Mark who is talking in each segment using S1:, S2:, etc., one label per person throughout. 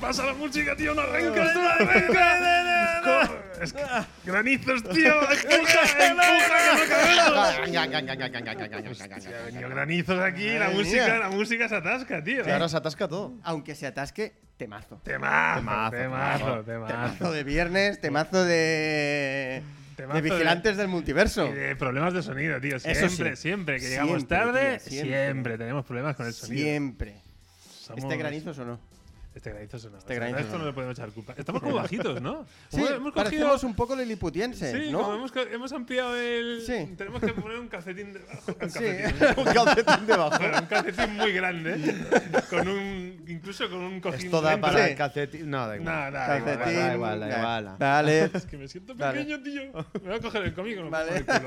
S1: pasa la música, tío? ¡No arrancas, no arrancas! Es que- ¡Granizos, tío! ¡Empuja, empuja! que no caemos! Ha venido granizos aquí, la
S2: Madre
S1: música,
S2: mía.
S1: la música se atasca, tío.
S2: Claro, se atasca todo.
S3: Aunque se atasque, temazo.
S1: Temazo,
S2: Temazo,
S1: temazo,
S2: temazo.
S1: temazo.
S3: Temazo de viernes, temazo de.
S1: Temazo
S3: de vigilantes del multiverso.
S1: Y de problemas de sonido, tío.
S3: Eso
S1: Siempre,
S3: sí.
S1: siempre que llegamos
S3: Siempre,
S1: tarde,
S3: tío, siempre.
S1: siempre tenemos problemas con el sonido.
S3: Siempre.
S1: Somos-
S3: ¿Este granizos o no?
S1: Este granizo sonaba.
S3: Este granizo
S1: Esto no
S3: sonaba.
S1: le podemos echar culpa. Estamos como bajitos, ¿no?
S3: Sí, parecemos un poco liliputienses,
S1: Pues Sí, como
S3: ¿no?
S1: hemos, co- hemos ampliado el.
S3: Sí.
S1: Tenemos que poner un calcetín debajo. Un
S3: Sí.
S1: calcetín,
S2: Un calcetín debajo.
S1: Bueno, un calcetín muy grande. Con un. Incluso con un cojín.
S2: Esto da
S1: dentro.
S2: para
S3: Sí.
S2: el calcetín. No, da igual.
S1: Nada, nada.
S3: Calcetín.
S2: Da igual, da
S3: da-
S2: igual.
S3: Dale.
S1: Es que me siento
S3: Dale.
S1: pequeño, tío. Me voy a coger el cómic.
S3: Vale.
S1: Vale.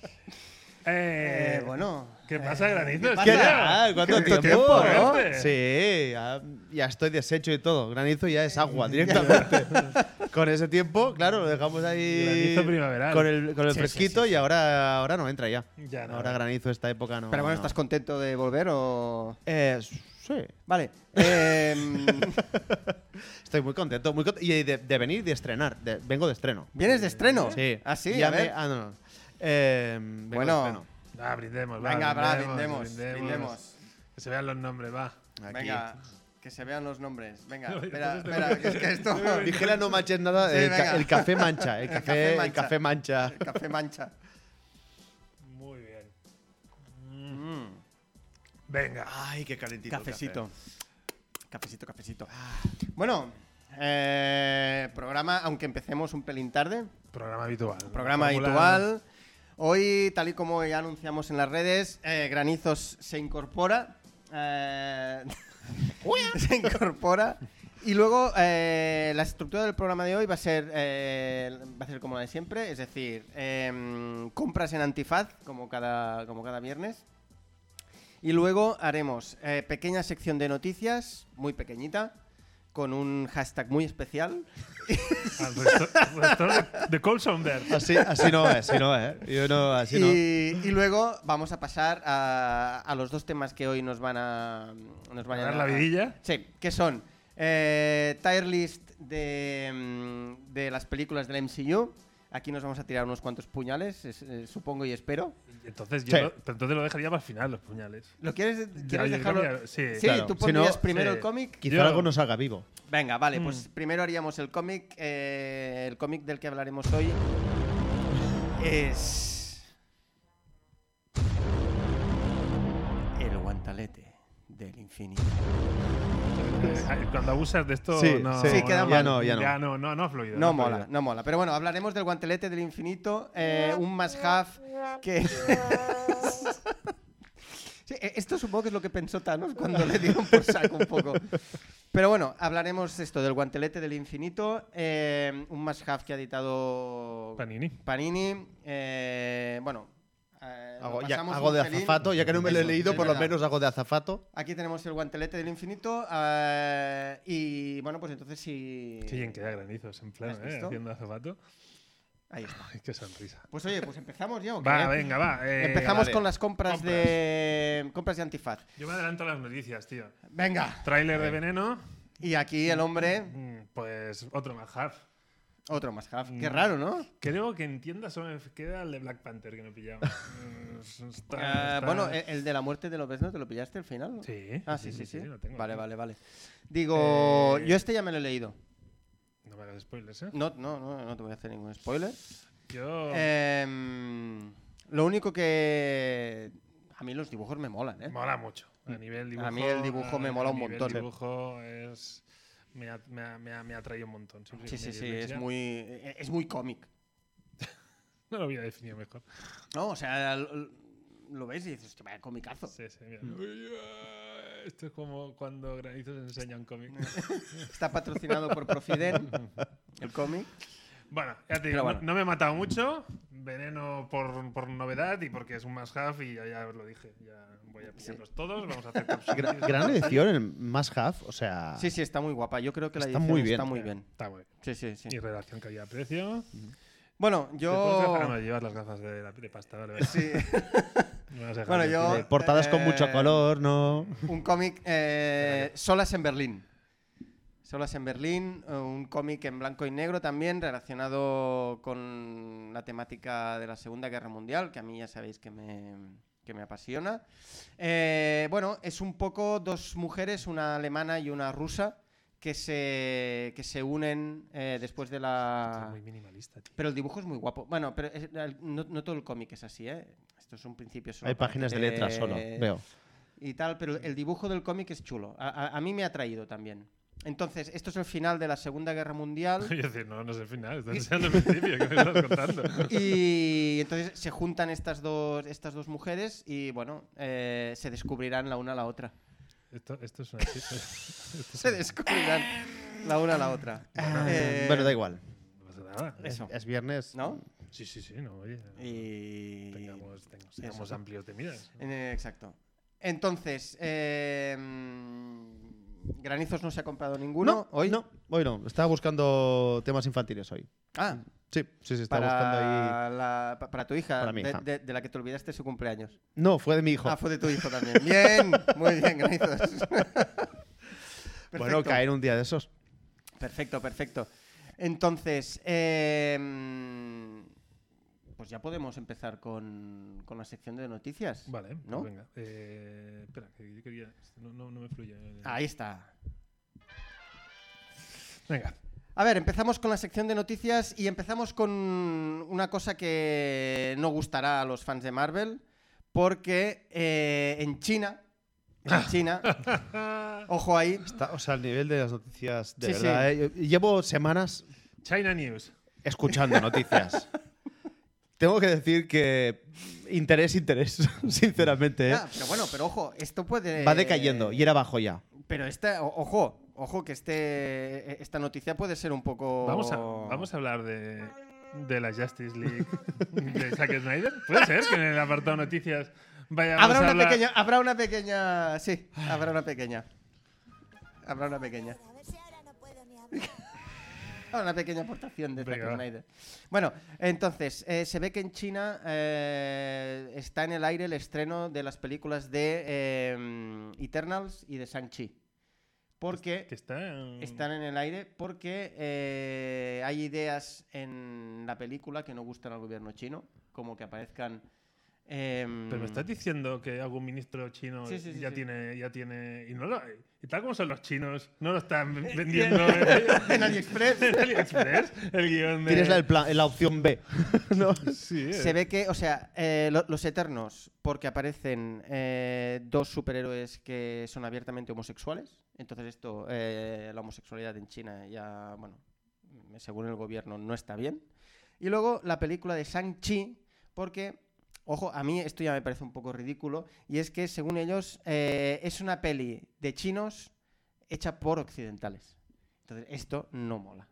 S1: eh,
S3: Eh, bueno. Eh,
S1: ¿Qué pasa, granizo?
S3: ¿qué
S1: ¿Qué
S2: ¿Qué
S3: pasa?
S1: era?
S2: tal? ¿Cuánto
S3: Qué
S2: tiempo?
S3: tiempo,
S1: ¿no?
S2: Sí, ya, ya estoy deshecho y todo. Granizo ya es agua directamente. con ese tiempo, claro, lo dejamos ahí.
S1: Granizo primaveral.
S2: Con el, con el fresquito y ahora, ahora no entra ya.
S1: Ya no.
S2: ahora granizo esta época no.
S3: Pero bueno,
S2: no.
S3: ¿estás contento de volver o.?
S2: Eh, sí.
S3: Vale. em,
S2: Estoy muy contento. Muy cont- y de, de venir y de estrenar. De- vengo de estreno.
S3: ¿Vienes de estreno?
S2: Sí.
S3: ¿Ah, sí?
S2: Ya
S3: A
S2: me-
S3: ver.
S2: ah, no, no. Eh, vengo
S3: Bueno.
S2: de estreno.
S1: Va, Ah, brindemos, va.
S3: Venga, va, brindemos, brindemos.
S1: Que se vean los nombres, va.
S2: Aquí.
S3: Venga, que se vean los nombres. Venga,
S1: Oye,
S3: espera,
S1: entonces
S3: espera, que es que esto. el
S2: Vigila, no manches nada.
S3: Sí,
S2: el, ca-
S3: venga.
S2: el café mancha. El
S3: El
S2: café,
S3: café
S2: el café mancha.
S3: café mancha.
S1: Muy bien.
S3: Mm.
S1: Venga.
S2: Ay, qué calentito. el café.
S3: Cafecito. Cafecito, cafecito. Bueno, eh, programa, aunque empecemos un pelín tarde,
S1: Programa habitual.
S3: programa
S1: Fórmula-
S3: habitual. Hoy, tal y como ya anunciamos en las redes, eh, Granizos se incorpora. eh, se incorpora. Y luego eh, la estructura del programa de hoy va a ser eh, va a ser como la de siempre, es decir, em, compras en antifaz como cada como cada viernes. Y luego haremos eh, pequeña sección de noticias, muy pequeñita, con un hashtag muy especial.
S1: Al resto- al resto de- de Colson Bear.
S2: Así, así no es, así no es. ¿eh? Yo no, así no.
S3: y, y luego vamos a pasar a, a los dos temas que hoy nos van a. Nos van
S1: ¿A dar la vidilla?
S3: Sí, que son eh, tier list de, mm, de las películas del MCU. Aquí nos vamos a tirar unos cuantos puñales, es- eh, supongo y espero.
S1: Entonces yo
S2: Sí.
S1: lo, pero entonces lo dejaría para el final, los puñales.
S3: ¿Lo quieres,
S1: Ya,
S3: quieres
S1: yo
S3: dejarlo?
S1: creo que- sí,
S3: sí
S2: claro.
S3: tú
S2: Si no,
S3: pondrías primero
S1: sí.
S3: el cómic.
S2: Quizá
S1: yo-
S2: algo nos haga vivo.
S3: Venga, vale, pues primero haríamos el cómic. eh, el cómic del que hablaremos hoy es. El guantalete del infinito.
S1: Eh, Cuando abusas de esto,
S2: Sí,
S1: no,
S2: sí.
S3: Sí, queda
S1: no,
S3: mal.
S2: Ya no, ya no.
S1: Ya no, no, no ha fluido.
S3: No
S1: ha
S3: mola,
S1: fluido.
S3: no mola. Pero bueno, hablaremos del guantelete del infinito, eh, un más half que. Sí, eh, esto supongo que es lo que pensó Thanos cuando le dieron por saco un poco. Pero bueno, hablaremos esto del guantelete del infinito, eh, un más half que ha editado
S1: Panini.
S3: Panini. eh, bueno, eh, lo
S2: Hago, ya-
S3: pasamos
S2: hago
S3: un
S2: de
S3: pelín.
S2: azafato, ya que no me lo he
S3: Eso,
S2: leído,
S3: es
S2: por lo
S3: verdad.
S2: menos hago de azafato.
S3: Aquí tenemos el guantelete del infinito. eh, y bueno, pues entonces si.
S1: Siguen queda granizos, en plan,
S3: ¿Has
S1: eh,
S3: visto?
S1: haciendo zapato.
S3: Ahí está.
S1: Ay, qué sonrisa.
S3: Pues oye, pues empezamos ya. ¿o qué?
S1: Va, venga, va. eh,
S3: Empezamos
S2: vale.
S3: con las compras,
S1: Compras.
S3: de compras de antifaz.
S1: Yo me adelanto a las noticias, tío.
S3: Venga.
S1: Tráiler de Veneno,
S3: Y aquí el hombre,
S1: mm, pues otro más half.
S3: otro más half. Qué raro, ¿no?
S1: Creo que en tienda solo me queda el de Black Panther que no pillamos. Mm, está-
S3: Eh,
S1: está-
S3: bueno, el, el de la muerte de López, ¿no? ¿Te lo pillaste al final? no?
S1: Sí,
S3: Ah, sí, sí, sí.
S1: lo tengo
S3: vale,
S1: aquí.
S3: vale, vale. Digo,
S1: Eh,
S3: yo este ya me lo he leído.
S1: No me hagas spoilers, ¿eh?
S3: No, no, no, no te voy a hacer ningún spoiler.
S1: Yo.
S3: Em, lo único que... A mí los dibujos me molan, ¿eh?
S1: Mola mucho. A nivel dibujo.
S3: A mí el dibujo me
S1: a
S3: mola un
S1: nivel
S3: montón.
S1: dibujo es. Me, ha- me, ha- me, ha- me atrae un montón. Siempre
S3: Sí,
S1: con mi
S3: sí, sí, es
S1: dislexia.
S3: muy, e-, es muy cómic.
S1: No lo había definido mejor.
S3: No, o sea, lo, lo ves y dices, "Hostia, vaya comicazo.
S1: Sí, sí, mira. Esto es como cuando Granizos enseña un cómic.
S3: Está patrocinado por Profiden, el cómic.
S1: Bueno, ya te digo,
S3: Pero
S1: no-
S3: bueno.
S1: no, me he matado mucho. Veneno por, por novedad y porque es un must-have y ya, ya os lo dije. Ya voy a pillarlos todos, vamos a hacer top
S2: Gra-
S1: 10.
S2: gran edición en Más Half, o
S1: Ah.
S2: sea.
S3: Sí, sí, está muy guapa. Yo creo que la
S2: Está
S3: edición
S2: muy
S3: está
S2: bien.
S3: muy bien.
S1: Está muy bien.
S3: Sí, sí, sí.
S1: Y redacción que había precio.
S3: Bueno,
S1: Te puedo dejar- Ah, no,
S3: yo.
S1: llevas las gafas de, la- de pasta, vale, vale.
S3: Sí.
S1: Me vas a dejar
S3: Bueno,
S1: de-
S2: Eh,
S3: yo.
S2: portadas con
S3: eh,
S2: mucho color, ¿no?
S3: Un cómic. eh, Solas en Berlín. Solas en Berlín, eh, un cómic en blanco y negro también relacionado con la temática de la Segunda Guerra Mundial, que a mí ya sabéis que me, que me apasiona. Eh, bueno, es un poco dos mujeres, una alemana y una rusa, que se, que se unen eh, después de
S1: Esto es
S3: la,
S1: muy minimalista, tío.
S3: Pero el dibujo es muy guapo. Bueno, pero es- no, no todo el cómic es así, ¿eh? Esto es un principio solo.
S2: Hay páginas de
S3: Eh,
S2: letras solo, veo.
S3: Y tal, pero el dibujo del cómic es chulo. A, a- a mí me ha traído también. Entonces, esto es el final de la Segunda Guerra Mundial.
S1: Yo decir, no, no es el final, estás enseñando el principio, ¿qué me estás contando?
S3: Y entonces se juntan estas dos, estas dos mujeres y bueno, eh, se descubrirán la una a la otra.
S1: Esto, esto es una chiste. Esto es
S3: Se
S1: una-
S3: descubrirán la una a la otra. Eh,
S2: bueno, da igual.
S1: no pasa nada.
S2: Es,
S3: Eso.
S2: es viernes.
S3: ¿No?
S1: Sí, sí, sí, no, oye.
S3: Y.
S1: Tengamos, tengamos- seamos amplios de miras.
S3: Eh, exacto. Entonces, eh, mm, Granizos no se ha comprado ninguno
S2: No,
S3: hoy.
S2: No, hoy no. Estaba buscando temas infantiles hoy.
S3: Ah,
S2: Sí, sí, sí, estaba buscando ahí.
S3: para, la- pa- para tu hija,
S2: Para mi
S3: de,
S2: hija.
S3: de- de la que te olvidaste su cumpleaños.
S2: No, fue de mi hijo.
S3: Ah, fue de tu hijo también. Bien, muy bien, Granizos.
S2: bueno,
S3: Perfecto.
S2: caer un día de esos.
S3: Perfecto, perfecto. Entonces, eh, pues ya podemos empezar con, con la sección de noticias.
S1: Vale,
S3: ¿No?
S1: pues venga. Eh, espera, que yo quería. este, No, no, no me fluye. eh.
S3: Ahí está.
S1: Venga.
S3: A ver, empezamos con la sección de noticias y empezamos con una cosa que no gustará a los fans de Marvel, porque eh, en China, en China, ojo ahí,
S2: Está, o sea, el nivel de las noticias, de
S3: Sí,
S2: verdad. ¿eh? Yo- Llevo semanas
S1: China News.
S2: escuchando noticias. Tengo que decir que interés, interés, sinceramente. ¿eh?
S3: Ah, pero bueno, pero ojo, esto puede...
S2: Va decayendo y era bajo ya.
S3: Pero esta, o- ojo, ojo que este, esta noticia puede ser un poco...
S1: Vamos, a,
S3: Oh.
S1: vamos a hablar de, de la Justice League de Zack Snyder. Puede ser que en el apartado noticias vayamos
S3: Habrá
S1: a
S3: una
S1: hablar-
S3: pequeña, habrá una pequeña, sí, habrá una pequeña. Habrá una pequeña.
S4: A ver si ahora no puedo ni hablar.
S3: Ah, Una pequeña aportación de Zack
S1: Venga, va.
S3: Snyder. Bueno, entonces, eh, se ve que en China eh, está en el aire el estreno de las películas de eh, Eternals y de Shang-Chi. Porque
S1: Que está. eh,
S3: están en el aire, porque eh, hay ideas en la película que no gustan al gobierno chino, como que aparezcan... em,
S2: Mm.
S1: Pero me estás diciendo que algún ministro chino
S3: Sí, sí, sí,
S1: ya
S3: sí.
S1: tiene, ya tiene. Y no lo. Y tal como son los chinos, no lo están ven- vendiendo en,
S3: en AliExpress.
S1: en AliExpress. El guión de.
S2: Tienes la, el plan- la opción B. ¿no?
S1: Sí, eh.
S3: Se ve que, o sea, eh, lo- los Eternos, porque aparecen eh, dos superhéroes que son abiertamente homosexuales. Entonces esto, eh, la homosexualidad en China ya, bueno, mm, según el gobierno no está bien. Y luego la película de Shang-Chi, porque, ojo, a mí esto ya me parece un poco ridículo, y es que según ellos eh, es una peli de chinos hecha por occidentales. Entonces esto no mola.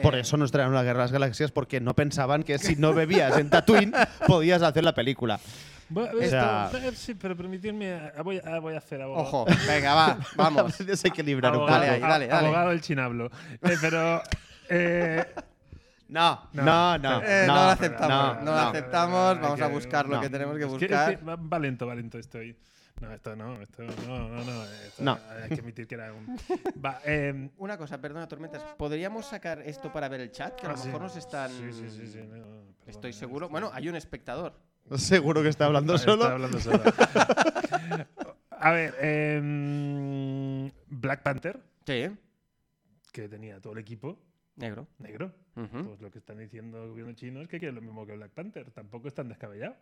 S2: Por eso nos traen una guerra de las galaxias, porque no pensaban que si no bebías en Tatooine podías hacer la película.
S1: Va, a ver,
S2: O sea-
S1: esto- a ver, sí, pero permitidme. ah, Voy, ah, voy a hacer abogado.
S3: Ojo, venga, va, vamos.
S2: Tienes que equilibrar un
S1: abogado,
S2: poco.
S3: Dale ahí, dale, dale.
S1: abogado del chinablo. Eh, pero. eh,
S2: No, no, no.
S3: Eh, no,
S2: no,
S3: lo aceptamos,
S2: no,
S3: no,
S2: no.
S3: lo aceptamos.
S1: Hay
S3: Vamos
S1: que-
S3: a buscar lo
S2: no.
S3: que tenemos que
S1: es que- es
S3: buscar.
S1: que va, va lento, va lento esto hoy. No, esto no, esto no, no, no. esto
S2: No.
S1: Hay que admitir que era un. Va, eh,
S3: Una cosa, perdona, Tormentas. ¿Podríamos sacar esto para ver el chat? Que a lo
S1: ah, sí.
S3: mejor nos están.
S1: Sí, sí, sí, sí, no, no, perdón,
S3: Estoy
S1: eh,
S3: seguro.
S1: esto-
S3: Bueno, hay un espectador.
S2: Seguro que está hablando
S1: Está
S2: solo.
S1: hablando solo. A ver, em, Black Panther,
S3: Sí,
S1: que tenía todo el equipo
S3: negro.
S1: negro.
S3: Ujú.
S1: Pues lo que están diciendo el gobierno chino es que quieren lo mismo que Black Panther. Tampoco están descabellados.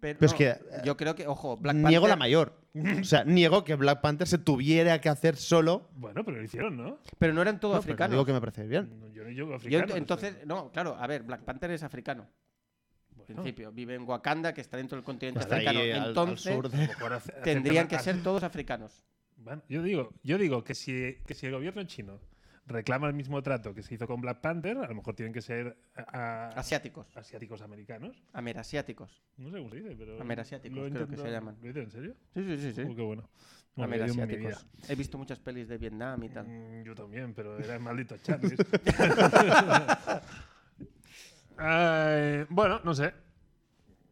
S3: Pero,
S2: Pero es
S3: no,
S2: que, eh,
S3: yo creo que, ojo, Black
S2: niego
S3: Panther-
S2: la mayor. O sea, niego que Black Panther se tuviera que hacer solo.
S1: Bueno, pero lo hicieron, ¿no?
S3: Pero no eran todos
S2: No, pero
S3: africanos.
S2: Digo que me parece bien.
S1: No, Yo no yo
S3: Yo
S1: africano.
S3: ent- entonces, no, claro, a ver, Black Panther es africano. En principio, vive en Wakanda, que está dentro del continente
S2: Pues Está
S3: africano.
S2: ahí al- al
S3: entonces,
S1: pues
S2: sur de-
S3: tendrían que ser todos africanos.
S1: Bueno, yo digo, yo digo que, si, que si el gobierno chino reclama el mismo trato que se hizo con Black Panther, a lo mejor tienen que ser a- a-
S3: Asiáticos.
S1: asiáticos americanos.
S3: Amerasiáticos.
S1: No sé cómo se dice, pero.
S3: Amerasiáticos,
S1: lo he
S3: creo que se
S1: intentado-
S3: llaman.
S1: ¿Lo dices en serio?
S3: Sí, sí, sí. sí.
S1: Oh, qué bueno. No, me lo he oído en mi
S3: Amerasiáticos. He visto muchas pelis de Vietnam y
S1: vida.
S3: tal.
S1: Mm, Yo también, pero era el maldito Charles. Eh, bueno, no sé.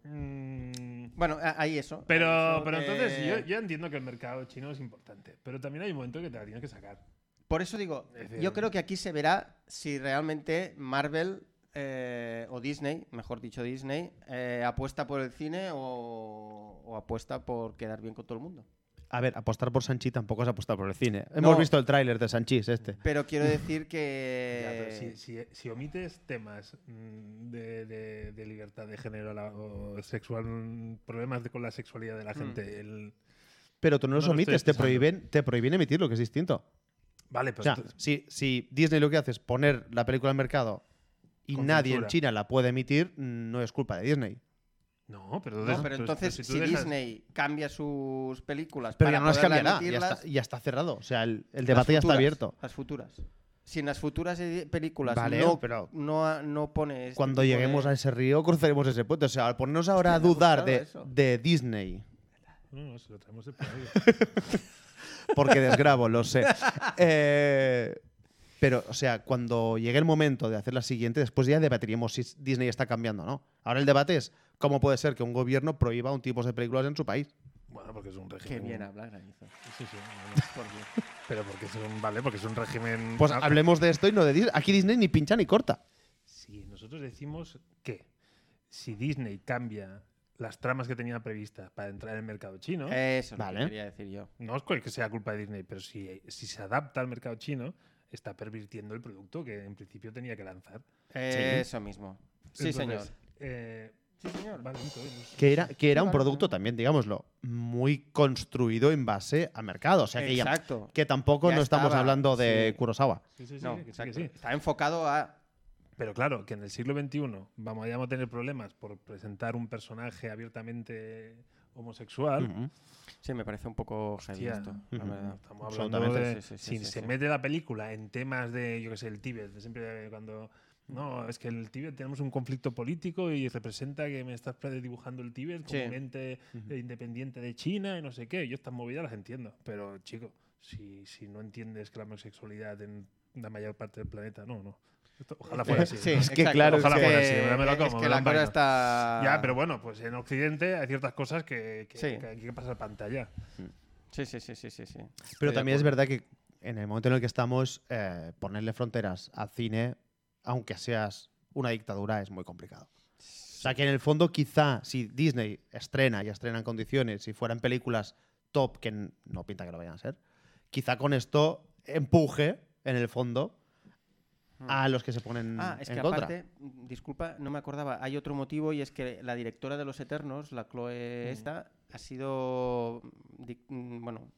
S1: Mm,
S3: Bueno, a- ahí eso. Ahí
S1: Pero,
S3: eso eh,
S1: pero
S3: de-
S1: entonces yo, yo entiendo que el mercado chino es importante, pero también hay un momento que te la tienes que sacar.
S3: Por eso digo,
S1: Es decir-
S3: yo creo que aquí se verá si realmente Marvel eh, o Disney, mejor dicho Disney, eh, apuesta por el cine o, o apuesta por quedar bien con todo el mundo.
S2: A ver, apostar por Sanchi tampoco es apostar por el cine. Hemos
S3: No.
S2: visto el tráiler de Sanchi, es este.
S3: Pero quiero decir
S1: Ya, pero
S3: que...
S1: si, si- si omites temas mm, de, de- de libertad de género la- o sexual, mm, problemas de- con la sexualidad
S3: Mm.
S1: de la gente, el-
S2: Pero tú no los
S1: No lo estoy
S2: omites, te
S1: pensando.
S2: prohíben, te prohíben emitirlo, que es distinto.
S1: vale, pero
S2: O sea,
S1: entonces-
S2: si, si Disney lo que hace es poner la película al mercado y
S1: Con
S2: nadie
S1: censura.
S2: en China la puede emitir, no es culpa de Disney.
S1: no, pero,
S3: No,
S1: entonces-
S3: pero
S1: pues-
S3: entonces
S1: pues
S3: si,
S1: tú dejas-
S3: Disney cambia sus películas...
S2: Pero
S3: para
S2: ya no las
S3: poderla
S2: cambiará, ya
S3: emitirlas,
S2: está, ya está cerrado. O sea, el, el
S3: las
S2: debate ya está
S3: futuras,
S2: abierto.
S3: Las futuras. Si en las futuras edi- películas
S2: Vale,
S3: no,
S2: pero-
S3: no, no pone... este
S2: Cuando
S3: tipo
S2: lleguemos
S3: de-
S2: a ese río, cruzaremos ese puente. O sea, al ponernos ahora a
S3: me ha
S2: dudar
S3: gustado
S2: de,
S3: eso.
S2: de Disney,
S1: No, no, se lo traemos de por ahí.
S2: porque desgrabo, lo sé. Eh, pero, o sea, cuando llegue el momento de hacer la siguiente, después ya debatiremos si Disney está cambiando o no. Ahora el debate es cómo puede ser que un gobierno prohíba un tipo de películas en su país.
S1: Bueno, porque es un
S3: Qué
S1: régimen.
S3: bien habla, Granizo.
S1: Sí, sí, no, no.
S3: Por Dios.
S1: Pero porque es un, vale, porque es un régimen.
S2: Pues
S1: Ah,
S2: hablemos de esto y no de Disney. Aquí Disney ni pincha ni corta.
S1: Si nosotros decimos que si Disney cambia las tramas que tenía previstas para entrar en el mercado chino,
S3: Eso es lo
S2: Vale.
S3: que quería decir yo.
S1: no es cual- que sea culpa de Disney, pero si, si se adapta al mercado chino, está pervirtiendo el producto que en principio tenía que lanzar.
S3: Eso mismo. Sí, señor.
S1: Entonces, eh,
S3: Sí, señor.
S1: vale, entonces,
S2: Que era, que era un
S3: Vale.
S2: producto también, digámoslo, muy construido en base a mercado. O sea, que, ya-
S3: Exacto.
S2: que tampoco
S3: Ya
S2: no estamos
S3: estaba,
S2: hablando de
S3: sí.
S2: Kurosawa.
S1: sí, sí, sí,
S3: No,
S1: que sí, que
S3: exacto.
S1: sí.
S3: Está enfocado a.
S1: Pero claro, que en el siglo XXI vamos, vayamos a tener problemas por presentar un personaje abiertamente homosexual.
S3: Mm,
S2: Ujú.
S3: Sí, me parece un poco heavy
S1: Hostia.
S3: esto.
S2: Ujú.
S3: La verdad.
S1: Estamos hablando
S2: Absolutamente.
S1: de,
S3: Sí, sí, sí,
S1: si
S3: sí,
S1: se
S3: sí.
S1: mete la película en temas de, yo qué sé, el Tíbet, de siempre eh, cuando... No, es que en el Tíbet tenemos un conflicto político y representa que me estás pre- dibujando el Tíbet como
S3: Sí.
S1: un ente eh, independiente de China y no sé qué. Yo estas movidas las entiendo, pero chico, si, si no entiendes que la homosexualidad en la mayor parte del planeta, no, no. Esto- ojalá fuera así.
S3: Eh, Sí,
S1: ¿no?
S2: Es que
S3: exacto.
S2: claro,
S1: Ojalá
S2: es
S1: fuera
S3: que-
S1: así, me lo
S3: es
S1: como,
S3: que
S1: me lo
S3: la
S1: empeño.
S3: cosa está.
S1: Ya, pero bueno, pues en Occidente hay ciertas cosas que, que-
S3: Ah. Sí.
S1: que hay que pasar pantalla.
S3: Sí, sí, sí, sí, sí. sí. Estoy
S2: Pero
S3: de
S2: también es
S3: acuerdo.
S2: verdad que en el momento en el que estamos, eh, ponerle fronteras al cine, aunque seas una dictadura, es muy complicado. O sea que en el fondo quizá si Disney estrena y estrena en condiciones, si fueran películas top, que n- no pinta que lo vayan a ser, quizá con esto empuje en el fondo a los que se ponen
S3: Hmm. Ah, es
S2: en
S3: que
S2: contra.
S3: aparte, mm, disculpa, no me acordaba. Hay otro motivo y es que la directora de Los Eternos, la Chloe esta, ha sido. dic- mm, Bueno.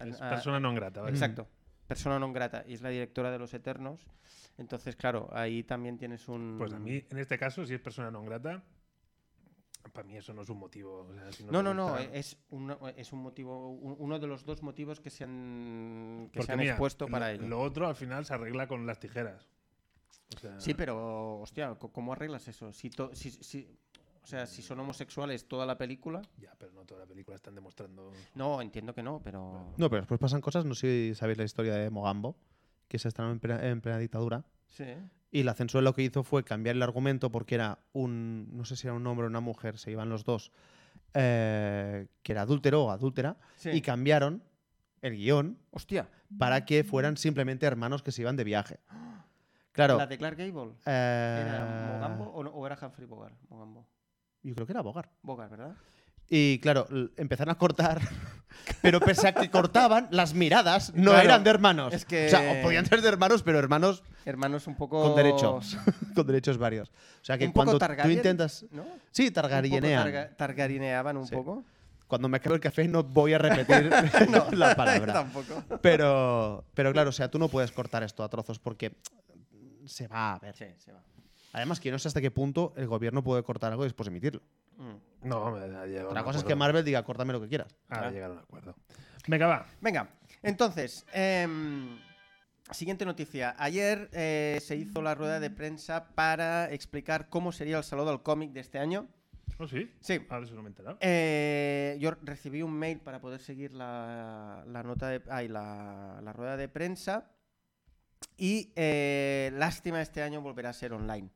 S1: Es
S3: ha- ha-
S1: persona non grata, ¿vale?
S3: Ah, Exacto. Persona non grata. Y es la directora de Los Eternos. Entonces, claro, ahí también tienes un.
S1: Pues a mí, en este caso, si es persona non grata, para mí eso no es un motivo. o sea, si
S3: No,
S1: te
S3: no, eh, no.
S1: gusta-
S3: Es un, es un motivo. un- Uno de los dos motivos que se han, que se
S1: Porque
S3: han
S1: mira,
S3: expuesto para
S1: lo,
S3: ello.
S1: Lo otro al final se arregla con las tijeras. O sea,
S3: Sí, pero, hostia, co- ¿cómo arreglas eso? Si to- si, si- o sea, si son homosexuales toda la película.
S1: Ya, pero no toda la película están demostrando.
S3: No, entiendo que no, pero.
S2: No, pero después pasan cosas, no sé si sabéis la historia de Mogambo, que se estrenó en plena- en plena dictadura.
S3: Sí.
S2: Y la censura lo que hizo fue cambiar el argumento porque era un, no sé si era un hombre o una mujer, se iban los dos, eh, que era adúltero o adúltera,
S3: Sí.
S2: y cambiaron el guión
S3: Hostia,
S2: para
S3: Mm.
S2: que fueran simplemente hermanos que se iban de viaje. Claro.
S3: la de Clark Gable.
S2: eh,
S3: ¿Era Mogambo o, no- o era Humphrey Bogart? Mogambo.
S2: Yo creo que era Bogart.
S3: Bogart, ¿verdad?
S2: Y claro, l- empezaron a cortar. Pero pese a que cortaban, las miradas no
S3: Claro,
S2: eran de hermanos.
S3: es que-
S2: O sea, o podían ser de hermanos, pero hermanos
S3: Hermanos un poco.
S2: con derechos. con derechos varios. O sea que
S3: Un poco
S2: cuando tú
S3: Targaryen,
S2: intentas.
S3: ¿no? Un
S2: Sí,
S3: poco
S2: targaryenean.
S3: targa- Targaryeneaban un
S2: Sí.
S3: poco.
S2: Cuando me acabe el café no voy a repetir la palabra.
S3: Tampoco.
S2: Pero, pero claro, o sea, tú no puedes cortar esto a trozos porque se va a ver.
S3: Sí, se va.
S2: Además, que no sé hasta qué punto el gobierno puede cortar algo y después emitirlo.
S3: Mm.
S1: No, me da llega a un
S2: Otra cosa es
S1: acuerdo.
S2: que Marvel diga, córtame lo que quieras.
S1: Ah, llegar a un acuerdo. Venga, va.
S3: Venga, entonces, em, siguiente noticia. Ayer eh, se hizo la rueda de prensa para explicar cómo sería el Salón del Cómic de este año.
S1: ¿Oh, sí?
S3: Sí.
S1: Ahora eso no me he enterado.
S3: Eh, yo recibí un mail para poder seguir la, la nota de, ay, la, la rueda de prensa y eh, lástima este año volverá a ser online.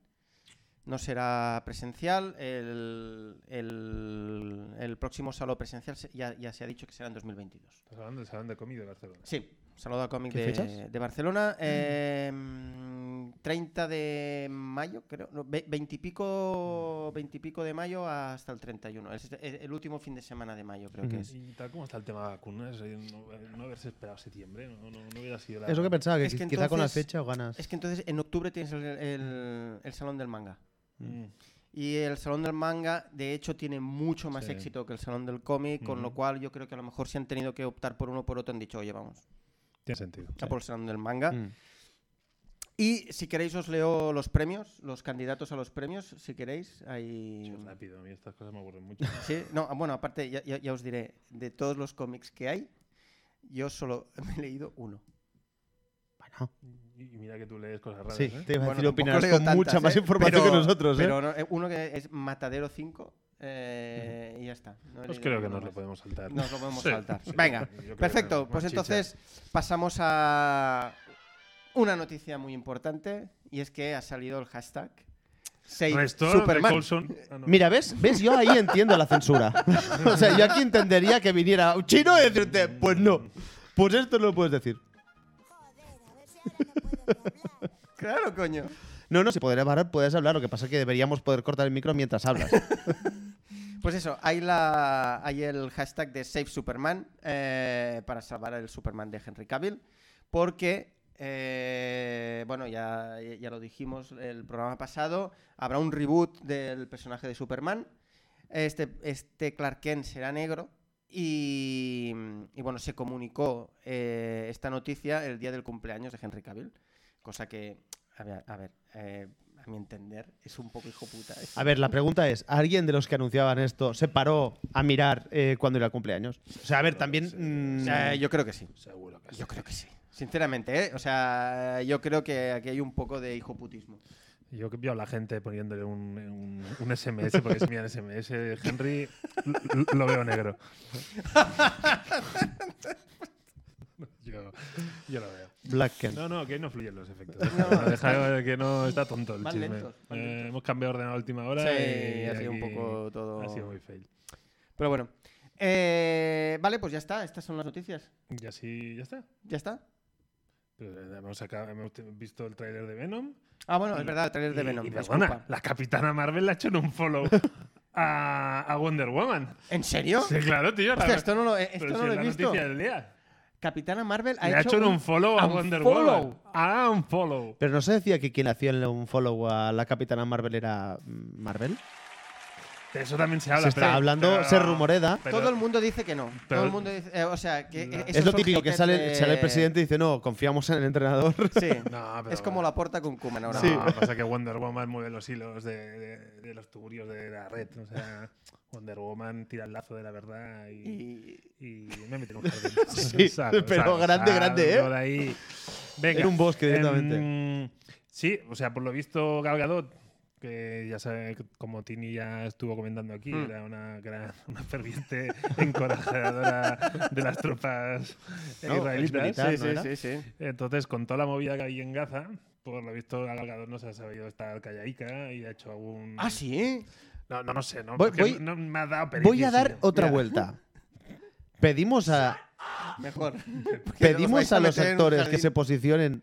S3: No será presencial. El, el- el próximo salón presencial se- ya, ya se ha dicho que será en 2022.
S1: Estás hablando del salón de comida de Barcelona.
S3: Sí, saludo a cómic
S2: ¿Qué
S3: de,
S2: fechas?
S3: de Barcelona. Eh, mm, 30 de mayo, creo. no, ve- 20 y,
S2: Mm.
S3: pico, 20 y pico de mayo hasta el 31. Es el, el último fin de semana de mayo, creo que
S2: Ujú.
S3: es.
S1: ¿Y tal como está el tema de vacunas? Eh, No, eh, no haberse esperado septiembre, no, no, no hubiera sido la.
S2: Es lo que pensaba, que,
S3: Es que
S2: quizá con la
S3: entonces-
S2: fecha o ganas.
S3: Es que entonces en octubre tienes el, el- el Salón del Manga.
S1: Mm.
S3: Y el Salón del Manga, de hecho, tiene mucho más
S1: Sí.
S3: éxito que el Salón del Cómic, con lo
S2: Mm.
S1: Ujú.
S3: cual yo creo que a lo mejor si han tenido que optar por uno o por otro, han dicho, oye, vamos,
S1: Tiene sentido.
S3: a por el Salón del Manga.
S2: Mm.
S3: Y si queréis os leo los premios, los candidatos a los premios, si queréis.
S1: Sí,
S3: Ahí...
S1: es rápido, a mí estas cosas me aburren mucho.
S3: Sí, no, ah, bueno, aparte ya, ya- ya os diré, de todos los cómics que hay, yo solo me he leído uno.
S2: Bueno,
S1: Y y mira que tú lees cosas raras.
S2: sí,
S1: ¿eh?
S2: te iba a
S3: Bueno,
S2: decir,
S3: tampoco
S2: opinarás
S3: leo
S2: con
S3: tantas,
S2: mucha más
S3: ¿eh?
S2: información
S3: Pero-
S2: que nosotros, ¿eh?
S3: Pero no, eh, uno que es Matadero 5 eh, y ya está. No he
S1: Pues
S3: leído
S1: creo que
S3: ninguno
S1: nos lo
S3: más.
S1: podemos saltar.
S3: Nos lo podemos
S1: Sí,
S3: saltar.
S1: sí,
S3: Venga,
S1: yo creo que
S3: perfecto.
S1: no,
S3: Pues
S1: más chicha.
S3: entonces pasamos a una noticia muy importante y es que ha salido el hashtag Save
S1: Resto de
S3: eh, Superman.
S1: Coulson. Ah, no.
S2: Mira, ¿ves? ¿ves? Yo ahí entiendo la censura. o sea, yo aquí entendería que viniera un chino y decirte, pues no, pues esto no lo puedes decir.
S4: Joder, a ver si ahora no puedo ni hablar.
S3: Claro, coño.
S2: No, no, si podrías hablar, puedes hablar. Lo que pasa es que deberíamos poder cortar el micro mientras hablas.
S3: Pues eso, hay, la, hay el hashtag de Save Superman eh, para salvar el Superman de Henry Cavill, porque, eh, bueno, ya, ya lo dijimos el programa pasado, habrá un reboot del personaje de Superman. Este, este Clark Kent será negro y, y, bueno, se comunicó eh, esta noticia el día del cumpleaños de Henry Cavill, cosa que, a ver, a, ver, eh, a mi entender, es un poco hijo puta.
S2: A ver, la pregunta es, ¿alguien de los que anunciaban esto se paró a mirar eh, cuándo era el cumpleaños? O sea, a ver, también... mm,
S3: yo creo que sí.
S1: Seguro que sí.
S3: Yo creo que sí. Sinceramente, ¿eh? O sea, yo creo que aquí hay un poco de hijoputismo.
S1: Yo que veo a la gente poniéndole un, un, un SMS, porque si miran SMS, Henry, l- l- lo veo negro. yo, yo lo veo.
S2: Black Ken.
S1: No, no, que no fluyen los efectos.
S3: No,
S1: No, deja que no está tonto el
S3: van
S1: chisme.
S3: lentos, van
S1: Eh,
S3: lentos.
S1: hemos cambiado ordenado a última hora.
S3: Sí,
S1: y
S3: ha sido un
S1: aquí
S3: poco todo-
S1: Ha sido muy fail.
S3: Pero bueno. Eh, vale, pues ya está. Estas son las noticias.
S1: Y así ya está.
S3: ¿Ya está?
S1: Pues, eh, hemos, sacado- hemos te- visto el tráiler de Venom.
S3: Ah, bueno, es verdad, el trailer de
S1: Y-
S3: Venom.
S1: Y,
S3: disculpa.
S1: perdona, la capitana Marvel le ha hecho un follow a, a Wonder Woman.
S3: ¿En serio?
S1: Sí, claro, tío. la-
S3: Hostia, esto no lo, eh, esto
S1: pero
S3: no
S1: si es
S3: lo he
S1: la
S3: visto.
S1: noticia del día.
S3: Capitana Marvel ha
S1: Le ha hecho un follow a Wonder
S3: unfollow.
S1: Woman. Ah, un follow.
S2: Pero no se decía que quien hacía el- un follow a la Capitana Marvel era mm, Marvel.
S1: De eso también se habla.
S2: se está
S1: pero-
S2: hablando,
S1: pero-
S2: se rumoreda.
S1: pero-
S3: Todo el mundo dice que no.
S1: pero-
S3: Todo el mundo dice. eh, o sea, que.
S1: No.
S3: eh,
S2: Es
S3: esos
S2: lo
S3: son
S2: típico que
S3: haters
S2: sale,
S3: de-
S2: sale el presidente y dice, no, confiamos en el entrenador.
S3: Sí.
S1: No, pero
S3: es como la porta con Kuman ahora.
S1: No,
S3: mismo.
S1: pasa que Wonder Woman mueve los hilos de, de- de los tuburios de la red. O sea, Wonder Woman tira el lazo de la verdad y,
S3: Y-
S1: y me metí en un jardín.
S2: Sí, pero grande, grande, ¿eh?
S1: por ahí. Venga.
S2: En un bosque directamente.
S1: em, sí, o sea, por lo visto, Gal Gadot, que ya sabe, como Tini ya estuvo comentando aquí,
S2: Hmm.
S3: Mm.
S1: era una gran, una ferviente encorajadora de las tropas
S2: No,
S1: israelitas.
S2: exmilitar,
S1: Sí,
S2: ¿no
S1: sí,
S2: era?
S1: sí. Entonces, con toda la movida que hay en Gaza, por lo visto, Gal Gadot no se ha sabido estar callaica y ha hecho algún.
S3: Ah, sí.
S1: No, no, no sé, no,
S2: Voy-
S1: porque
S2: voy-
S1: no me ha dado
S2: Voy a dar
S1: periquísimo.
S2: otra
S3: Mira.
S2: vuelta. Pedimos a,
S3: Mejor.
S2: pedimos a los
S3: meter en un
S2: actores que
S3: jardín.
S2: se posicionen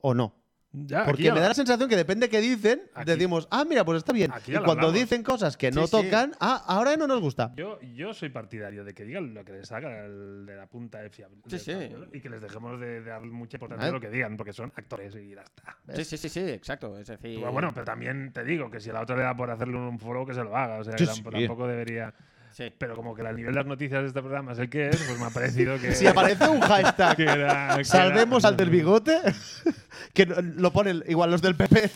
S2: o no.
S1: Ya, Ah, aquí
S2: Porque
S1: ya
S2: me
S1: la-
S2: da la sensación que depende que dicen,
S1: Aquí-
S2: decimos, ah, mira, pues está bien.
S1: aquí
S2: Y
S1: ya lo
S2: cuando
S1: hablamos.
S2: dicen cosas que no
S3: Sí, sí.
S2: tocan, ah, ahora no nos gusta.
S1: Yo, yo soy partidario de que digan lo que les haga el de la punta de fiable.
S3: Sí, sí.
S1: Y que les dejemos de dar mucha importancia
S2: ¿Eh?
S1: a lo que digan, porque son actores y ya está.
S3: Sí, sí, sí, sí, exacto. Es decir,
S1: Pero bueno, pero también te digo que si a la otra le da por hacerle un follow, que se lo haga. O sea,
S2: Sí,
S1: que
S2: sí.
S1: tamp- tampoco debería.
S3: sí.
S1: Pero como que el nivel de las noticias de este programa es el que es, pues me ha parecido que.
S2: Si aparece un
S1: que
S2: hashtag,
S1: era- que
S2: salvemos
S1: era-
S2: al del bigote, que no- lo ponen igual los del PP.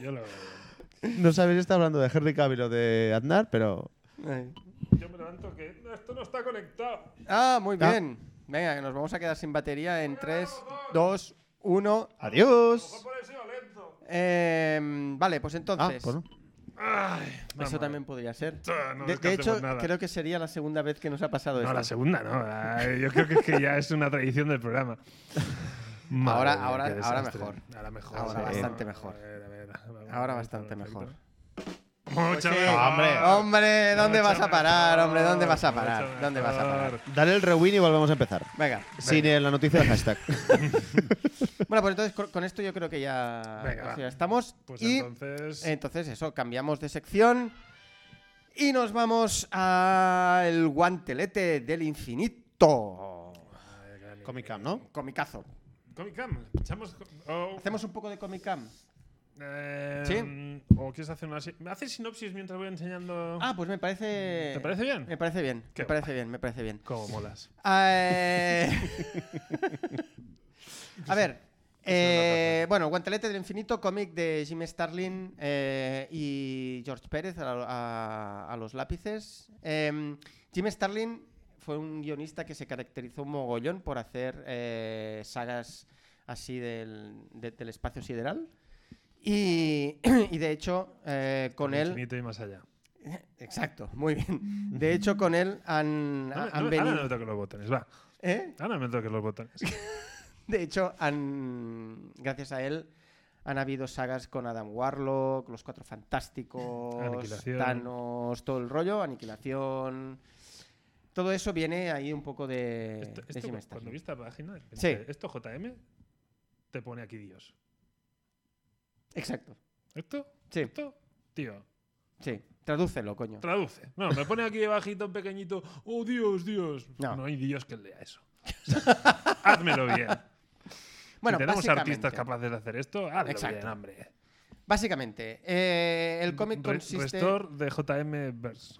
S1: Yo lo-
S2: no sabéis si está hablando de Henry Cavill o de Aznar, pero
S3: Ay.
S1: Yo me levanto que no, esto no está conectado.
S3: Ah, muy
S2: Ah.
S3: bien. Venga, que nos vamos a quedar sin batería en 3, 2, 1.
S2: adiós.
S1: Por eso iba lento.
S3: vale, pues
S2: Ah,
S3: entonces.
S2: pues no.
S1: Ay,
S3: Eso
S1: vamos.
S3: también podría ser.
S1: Ah, no
S3: de, de
S1: descansemos
S3: hecho,
S1: nada.
S3: creo que sería la segunda vez que nos ha pasado
S1: No,
S3: esto.
S1: la segunda no. la- Yo creo que, es que ya es una tradición del programa. Madre
S3: Ahora-
S1: mía,
S3: ahora-
S1: qué
S3: ahora
S1: desastre.
S3: mejor.
S1: Ahora mejor.
S3: Ahora bastante mejor.
S1: A ver, a ver, a ver,
S3: Ahora
S1: a ver,
S3: bastante
S1: a ver,
S3: mejor.
S1: Mucho
S3: Pues sí.
S1: mejor.
S3: Hombre, ¿dónde
S1: Mucho
S3: vas a parar?
S1: mejor,
S3: Hombre, ¿dónde vas a
S1: mucho
S3: parar? ¿Dónde vas a parar?
S1: mejor.
S2: Dale el rewind y volvemos a empezar.
S3: Venga.
S2: Sin eh, la noticia del hashtag.
S3: Bueno, pues entonces con- con esto yo creo que ya,
S1: Venga,
S3: pues
S1: va.
S3: ya estamos.
S1: Pues
S3: y
S1: entonces.
S3: entonces eso, cambiamos de sección y nos vamos al guantelete del infinito.
S1: Ay, qué anime.
S2: Comic Cam, ¿no?
S3: Comicazo.
S1: Comic Cam. Echamos- oh, o-
S3: Hacemos un poco de Comic Cam.
S1: eh,
S3: ¿Sí?
S1: ¿O quieres hacer una.? si- ¿Me haces sinopsis mientras voy enseñando.?
S3: Ah, eh, pues me parece.
S1: ¿Te parece bien?
S3: Me parece bien.
S1: Qué
S3: me parece bien, me parece bien.
S1: Como molas.
S3: Eh, A ver. eh,
S1: taza.
S3: bueno, Guantelete del Infinito, cómic de Jim Starlin eh, y George Pérez a, a- a los lápices. Eh, Jim Starlin fue un guionista que se caracterizó un mogollón por hacer eh, sagas así del, de- del espacio sideral. Y, y de hecho, eh, con él.
S1: Infinito y más allá.
S3: Exacto, muy bien. De hecho, con él han,
S1: No me-
S3: Ah, han
S1: no me- Ahora no
S3: venido.
S1: me toques los botones, va.
S3: ¿Eh?
S1: Ahora me toques los botones.
S3: De hecho, han, gracias a él han habido sagas con Adam Warlock, Los Cuatro Fantásticos,
S1: Aniquilación.
S3: Thanos, todo el rollo, Aniquilación. Todo eso viene ahí un poco de,
S1: Esto-
S3: de
S1: esto
S3: Jim
S1: cu-
S3: Starlin.
S1: cuando viste la página,
S3: Sí.
S1: pensé, esto JM te pone aquí Dios.
S3: Exacto.
S1: ¿Esto?
S3: Sí,
S1: ¿Esto? Tío,
S3: sí. Tradúcelo, coño.
S1: traduce. No, me pone aquí bajito, en pequeñito, oh Dios, Dios.
S3: No.
S1: No, hay Dios que lea eso. O sea, házmelo bien.
S3: Bueno,
S1: si tenemos
S3: básicamente,
S1: artistas capaces de hacer esto, hazlo
S3: Exacto.
S1: bien, hombre.
S3: básicamente eh, el cómic
S1: Re-
S3: consiste.
S1: Restore de JM Verse.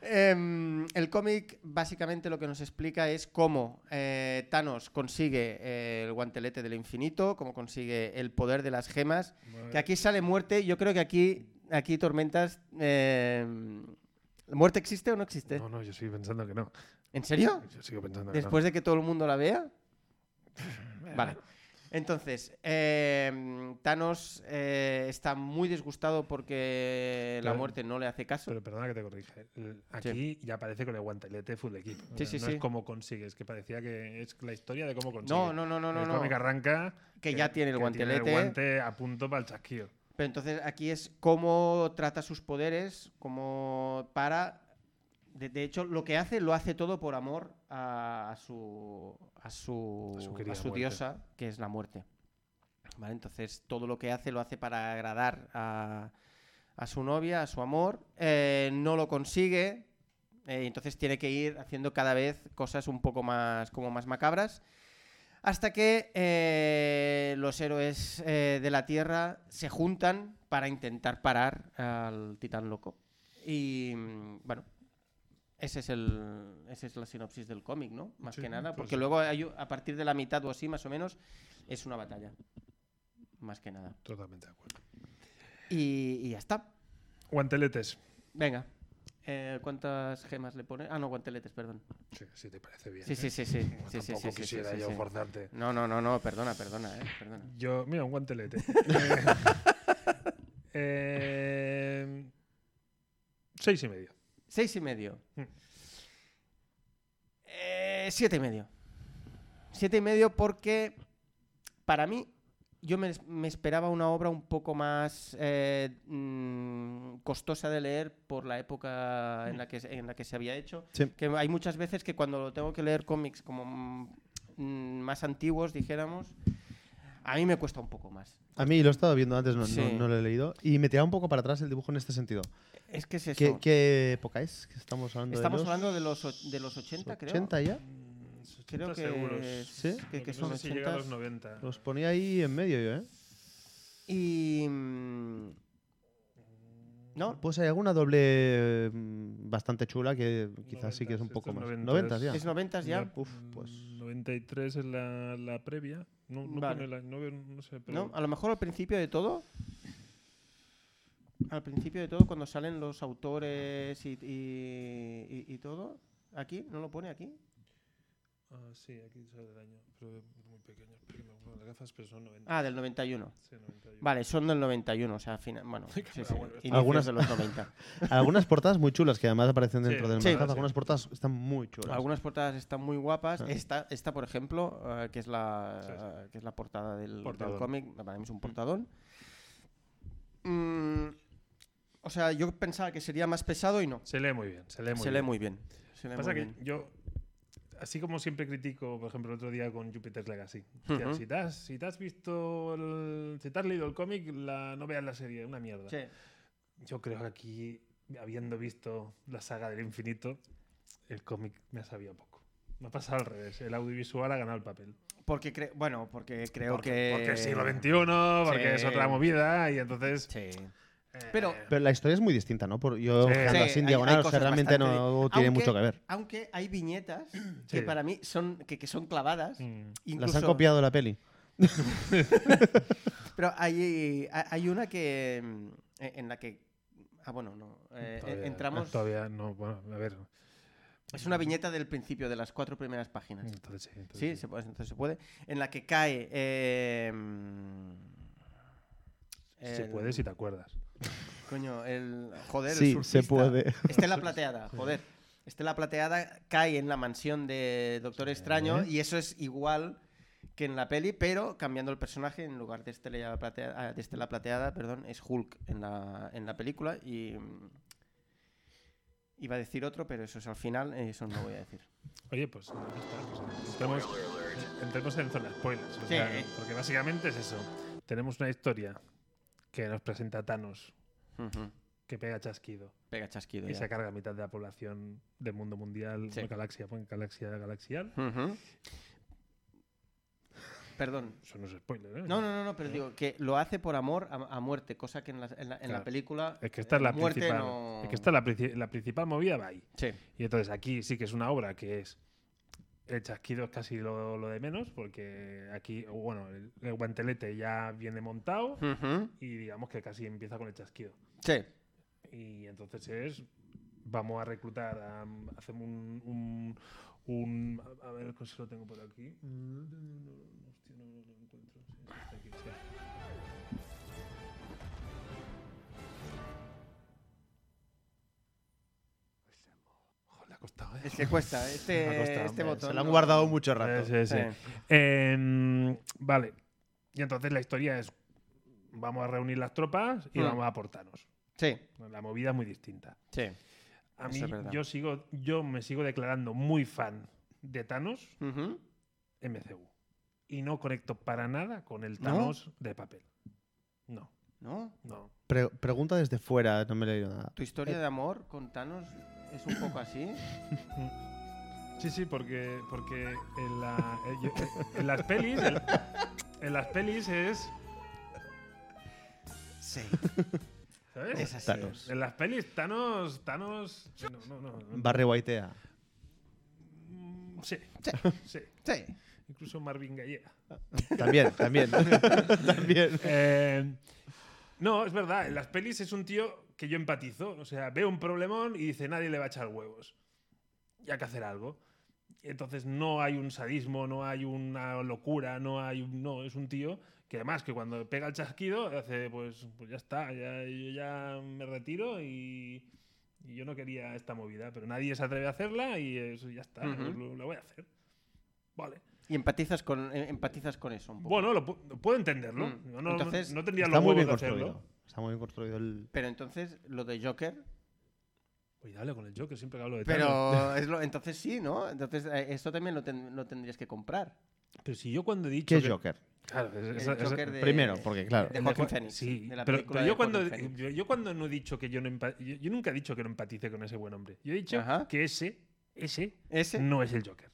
S3: Em, el cómic básicamente lo que nos explica es cómo eh, Thanos consigue eh, el guantelete del infinito, cómo consigue el poder de las gemas. Que aquí sale muerte, yo creo que aquí, aquí tormentas... em, ¿Muerte existe o no existe?
S1: No, no, yo sigo pensando que no.
S3: ¿En serio?
S1: Yo sigo pensando que
S3: Después de que todo el mundo la vea.
S1: no.
S3: Vale. Entonces, em, Thanos eh, está muy disgustado porque la
S1: Pero-
S3: muerte no le hace caso.
S1: Pero perdona que te corrige. El- Aquí ya aparece con el guantelete full equip. O sea,
S3: Sí, sí,
S1: no
S3: sí.
S1: es cómo consigues, que parecía que es la historia de cómo consigues.
S3: No, no, no, no, no.
S1: el
S3: no.
S1: cómic arranca.
S3: Que ya tiene el
S1: que
S3: guantelete.
S1: guante a punto para el chasquido.
S3: Pero entonces aquí es cómo trata sus poderes, cómo para. De, de hecho, lo que hace, lo hace todo por amor a, a su. a su.
S1: A su
S3: a
S1: querida
S3: su
S1: muerte.
S3: diosa, que es la muerte. ¿Vale? Entonces, todo lo que hace, lo hace para agradar a, a su novia, a su amor. Eh, no lo consigue. eh, y entonces tiene que ir haciendo cada vez cosas un poco más. como más macabras. Hasta que eh, los héroes eh, de la Tierra se juntan para intentar parar al titán loco. Y mm, bueno, ese es el, esa es la sinopsis del cómic, ¿no? Más
S1: Sí,
S3: que nada,
S1: pues-
S3: porque luego hay u- a partir de la mitad o así, más o menos, es una batalla. Más que nada.
S1: Totalmente de acuerdo.
S3: Y, y ya está.
S1: Guanteletes.
S3: Venga. Eh, ¿Cuántas gemas le pone? Ah, no, guanteletes, perdón.
S1: Sí, si te parece bien.
S3: Sí,
S1: ¿eh?
S3: sí, sí, sí.
S1: Bueno,
S3: sí, sí,
S1: tampoco
S3: sí, sí,
S1: quisiera
S3: sí,
S1: yo
S3: sí.
S1: forzarte.
S3: No, no, no, no, perdona, perdona, eh, perdona.
S1: Yo, mira, un guantelete. eh, seis y medio.
S3: Seis y medio.
S1: Hmm.
S3: Eh, siete y medio. Siete y medio porque para mí yo me, me esperaba una obra un poco más eh, mm, costosa de leer por la época en la que, se- en la que se había hecho.
S2: Sí.
S3: Que hay muchas veces que cuando tengo que leer cómics como mm, mm, más antiguos, dijéramos, a mí me cuesta un poco más.
S2: A mí lo he estado viendo antes, no,
S3: Sí.
S2: no- no lo he leído. Y me tiraba un poco para atrás el dibujo en este sentido.
S3: Es que es eso.
S2: ¿Qué, qué época es? que estamos hablando
S3: Estamos
S2: de los
S3: hablando de los, och- de los 80, creo.
S2: 80 ya.
S3: Mm, Creo que,
S1: seguros.
S2: Sí.
S3: que, que
S1: no
S3: son
S1: sé si llega a los
S3: 80.
S1: 90.
S2: Los ponía ahí en medio yo, ¿eh?
S3: Y. mm, No,
S2: Pues hay alguna doble mm, bastante chula que quizás sí que es un
S1: 90s,
S2: poco
S1: estos
S2: más.
S1: 90s.
S2: 90 ya.
S3: es 90 ya.
S2: Uf, pues.
S1: 93 es la, la previa. No, no
S3: Vale.
S1: pone la- no, veo- no sé, pero
S3: ¿No? A lo mejor al principio de todo. Al principio de todo, cuando salen los autores y, y- y- y todo. ¿Aquí? ¿No lo pone aquí?
S1: Ah, sí, aquí sale el año, pero es muy pequeño, porque me pongo las gafas, pero son 90.
S3: Ah, del 91.
S1: Sí, 91.
S3: Vale, son del 91, o sea, final, bueno, sí, sí, inicios
S2: Algunas-
S3: de los 90.
S2: Algunas portadas muy chulas que además aparecen
S1: Sí.
S2: dentro del
S3: Sí.
S2: mercado. Algunas portadas están muy chulas.
S3: Algunas portadas están muy guapas.
S2: Ah.
S3: Esta, esta, por ejemplo, eh, que, es la,
S1: Sí, sí.
S3: eh, que es la portada del, del
S1: Portadón.
S3: cómic, para mí es un portadón. Mm, o sea, yo pensaba que sería más pesado y no.
S1: Se lee muy bien, se lee muy
S3: Se
S1: bien.
S3: lee muy bien. Se lee
S1: Pasa
S3: muy
S1: que
S3: bien.
S1: yo, así como siempre critico, por ejemplo, el otro día con Jupiter's Legacy.
S3: Ujú.
S1: que si, te has, si te has visto, el- si te has leído el cómic, la, no veas la serie, una mierda.
S3: Sí.
S1: Yo creo que aquí, habiendo visto la saga del infinito, el cómic me ha sabido poco. Me ha pasado al revés, el audiovisual ha ganado el papel.
S3: Porque cre- bueno, porque creo
S1: porque,
S3: que.
S1: porque es siglo XXI, porque es
S3: Sí.
S1: otra movida y entonces...
S3: Sí.
S1: eh,
S3: Pero-
S2: Pero la historia es muy distinta, ¿no? Por, yo
S1: Sí.
S2: ojeando
S3: Sí,
S2: así en
S3: hay-
S2: diagonal,
S3: hay
S2: o sea,
S3: cosas
S2: realmente
S3: bastante
S2: no
S3: di-
S2: tiene
S3: aunque-
S2: mucho que ver.
S3: Aunque hay viñetas
S1: Sí.
S3: que para mí son, que, que son clavadas.
S1: mm,
S2: Las han
S3: incluso-
S2: copiado de la peli.
S3: Pero hay, ha- hay una que mm, en en la que ah bueno no eh,
S1: todavía-
S3: entramos
S1: Todavía no, bueno, a ver.
S3: es una viñeta del principio de las cuatro primeras páginas.
S1: Mm, Entonces sí. entonces
S3: Sí, se puede, entonces se puede. En la que cae. eh,
S1: Se
S3: el-
S1: puede si te acuerdas.
S3: Coño, el. Joder, el
S2: Sí, se
S3: surfista.
S2: puede.
S3: Estela Plateada, joder. Estela Plateada cae en la mansión de Doctor Extraño y eso es igual que en la peli, pero cambiando el personaje, en lugar de Estela Plateada, ah, de Estela Plateada perdón, es Hulk en la, en la película y. mm, Iba a decir otro, pero eso es al final, eh, eso no lo voy a decir.
S1: Oye, pues, ya está, pues, entremos, eh, entremos en zona spoilers. o
S3: Sí.
S1: sea, porque básicamente es eso. Tenemos una historia que nos presenta Thanos,
S3: Ujú.
S1: que pega chasquido
S3: Pega chasquido.
S1: y
S3: ya.
S1: se carga a mitad de la población del mundo mundial,
S3: Sí.
S1: bueno, galaxia, bueno, galaxia galaxial.
S3: Ujú. Perdón.
S1: Eso no es spoiler, ¿eh?
S3: No, no, no, no, pero digo que lo hace por amor a, a muerte, cosa que en la, en la- en la
S1: Claro.
S3: película. eh,
S1: Es que esta es la
S3: muerte
S1: principal.
S3: no-
S1: Es que esta es la, princi- la principal movida va ahí.
S3: Sí.
S1: Y entonces aquí sí que es una obra que es. El chasquido es casi lo, lo de menos, porque aquí, o bueno, el, el guantelete ya viene montado
S3: Ujú.
S1: y digamos que casi empieza con el chasquido.
S3: Sí.
S1: Y entonces es. Vamos a reclutar, a- hacemos un. un- un- a ver si lo tengo por aquí. Hostia, no, no lo encuentro. Sí, está aquí, sí. Joder, le ha costado, ¿eh?
S3: Es que cuesta
S1: Me
S3: este,
S1: ha costado,
S3: este
S1: hombre,
S3: botón.
S2: Se la han
S3: no-
S2: guardado mucho rato.
S1: Sí, sí, sí.
S3: Eh,
S1: Em, vale. Y entonces la historia es: vamos a reunir las tropas y
S3: Mm.
S1: vamos a aportarnos.
S3: Sí,
S1: La movida es muy distinta.
S3: sí.
S1: A
S3: Eso
S1: mí,
S3: es verdad.
S1: yo, sigo, yo me sigo declarando muy fan de Thanos
S3: Ujú.
S1: MCU. Y no conecto para nada con el
S3: ¿No?
S1: Thanos de papel. No,
S3: ¿No?
S1: no.
S2: Pre- pregunta desde fuera, no me he leído nada.
S3: ¿Tu
S1: Eh.
S3: historia de amor con Thanos es un poco así?
S1: Sí, sí, porque, porque en, la- eh, yo- eh, en las pelis. En, en las pelis es.
S3: Sí,
S1: ¿Sabes?
S3: es así.
S2: Thanos.
S1: En las pelis, Thanos. Thanos. No, no, no.
S2: Barre Guaitea.
S1: Mm, Sí,
S3: Sí,
S1: sí.
S3: sí.
S1: Incluso Marvin Gallega.
S2: También, también. también.
S1: Eh, no, es verdad. En las pelis es un tío que yo empatizo. O sea, veo un problemón y dice, nadie le va a echar huevos. Y hay que hacer algo. Entonces no hay un sadismo, no hay una locura, no hay un... No, es un tío que además que cuando pega el chasquido hace, pues, pues ya está, ya, yo ya me retiro y, y yo no quería esta movida, pero nadie se atreve a hacerla y eso ya está,
S3: Ujú.
S1: lo- lo voy a hacer. Vale.
S3: Y empatizas con, eh, empatizas con eso un poco.
S1: Bueno, lo pu- puedo entenderlo.
S3: Mm.
S1: Yo no,
S3: Entonces,
S1: no tendría
S2: Está
S1: los
S2: muy
S1: huevos
S2: bien
S1: de hacerlo.
S2: construido. Está muy bien construido el.
S3: Pero entonces, lo de Joker
S1: Cuidado Pues con el Joker, siempre que hablo de Thanos.
S3: Pero es lo- entonces sí, ¿no? Entonces eh, esto también lo, ten- lo tendrías que comprar.
S1: Pero si yo cuando he dicho.
S2: ¿Qué
S1: que-
S2: Joker?
S1: Claro, es-
S3: El
S1: esa- esa-
S3: Joker de-
S2: Primero, porque claro.
S3: de
S1: el
S3: Joaquin
S1: Joa-
S3: Phoenix,
S1: Sí,
S3: de la
S1: pero,
S3: película
S1: pero yo,
S3: de Joaquin
S1: cuando,
S3: Phoenix.
S1: yo, yo cuando no he dicho que yo no empa- yo, yo nunca he dicho que no empatice con ese buen hombre. Yo he dicho
S3: Ajá.
S1: que ese, ese,
S3: ¿Ese?
S1: no es el Joker.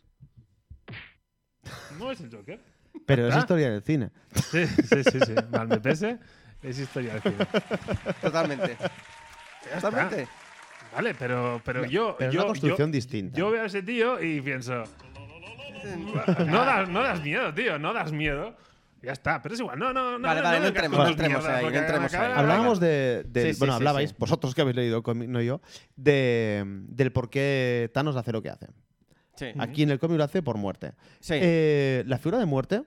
S1: No es el Joker.
S2: Pero es
S1: ¿Ah?
S2: historia del cine.
S1: Sí, sí, sí, sí. Mal me pese, es historia del cine.
S3: Totalmente.
S1: Ya está.
S3: Totalmente.
S1: Vale, pero, pero yo.
S2: Pero es
S1: yo,
S2: una construcción
S1: yo-
S2: distinta.
S1: Yo veo a ese tío y pienso. No das, no das miedo, tío, no das miedo. Ya está, pero es igual. No, no, no.
S3: Vale, vale, no
S1: vengas
S3: entremos,
S1: con
S3: no
S1: tus
S3: entremos
S1: mierdas,
S3: ahí, no
S1: porque me
S3: entremos
S1: acaba
S3: ahí.
S1: de-
S2: Hablábamos de, del-
S3: Sí, sí,
S2: bueno,
S3: sí,
S2: hablabais
S3: sí.
S2: vosotros que habéis leído, cómic, no yo, de, del por qué Thanos hace lo que hace.
S3: Sí.
S2: Aquí en el cómic lo hace por muerte.
S3: Sí.
S2: Eh, la figura de muerte,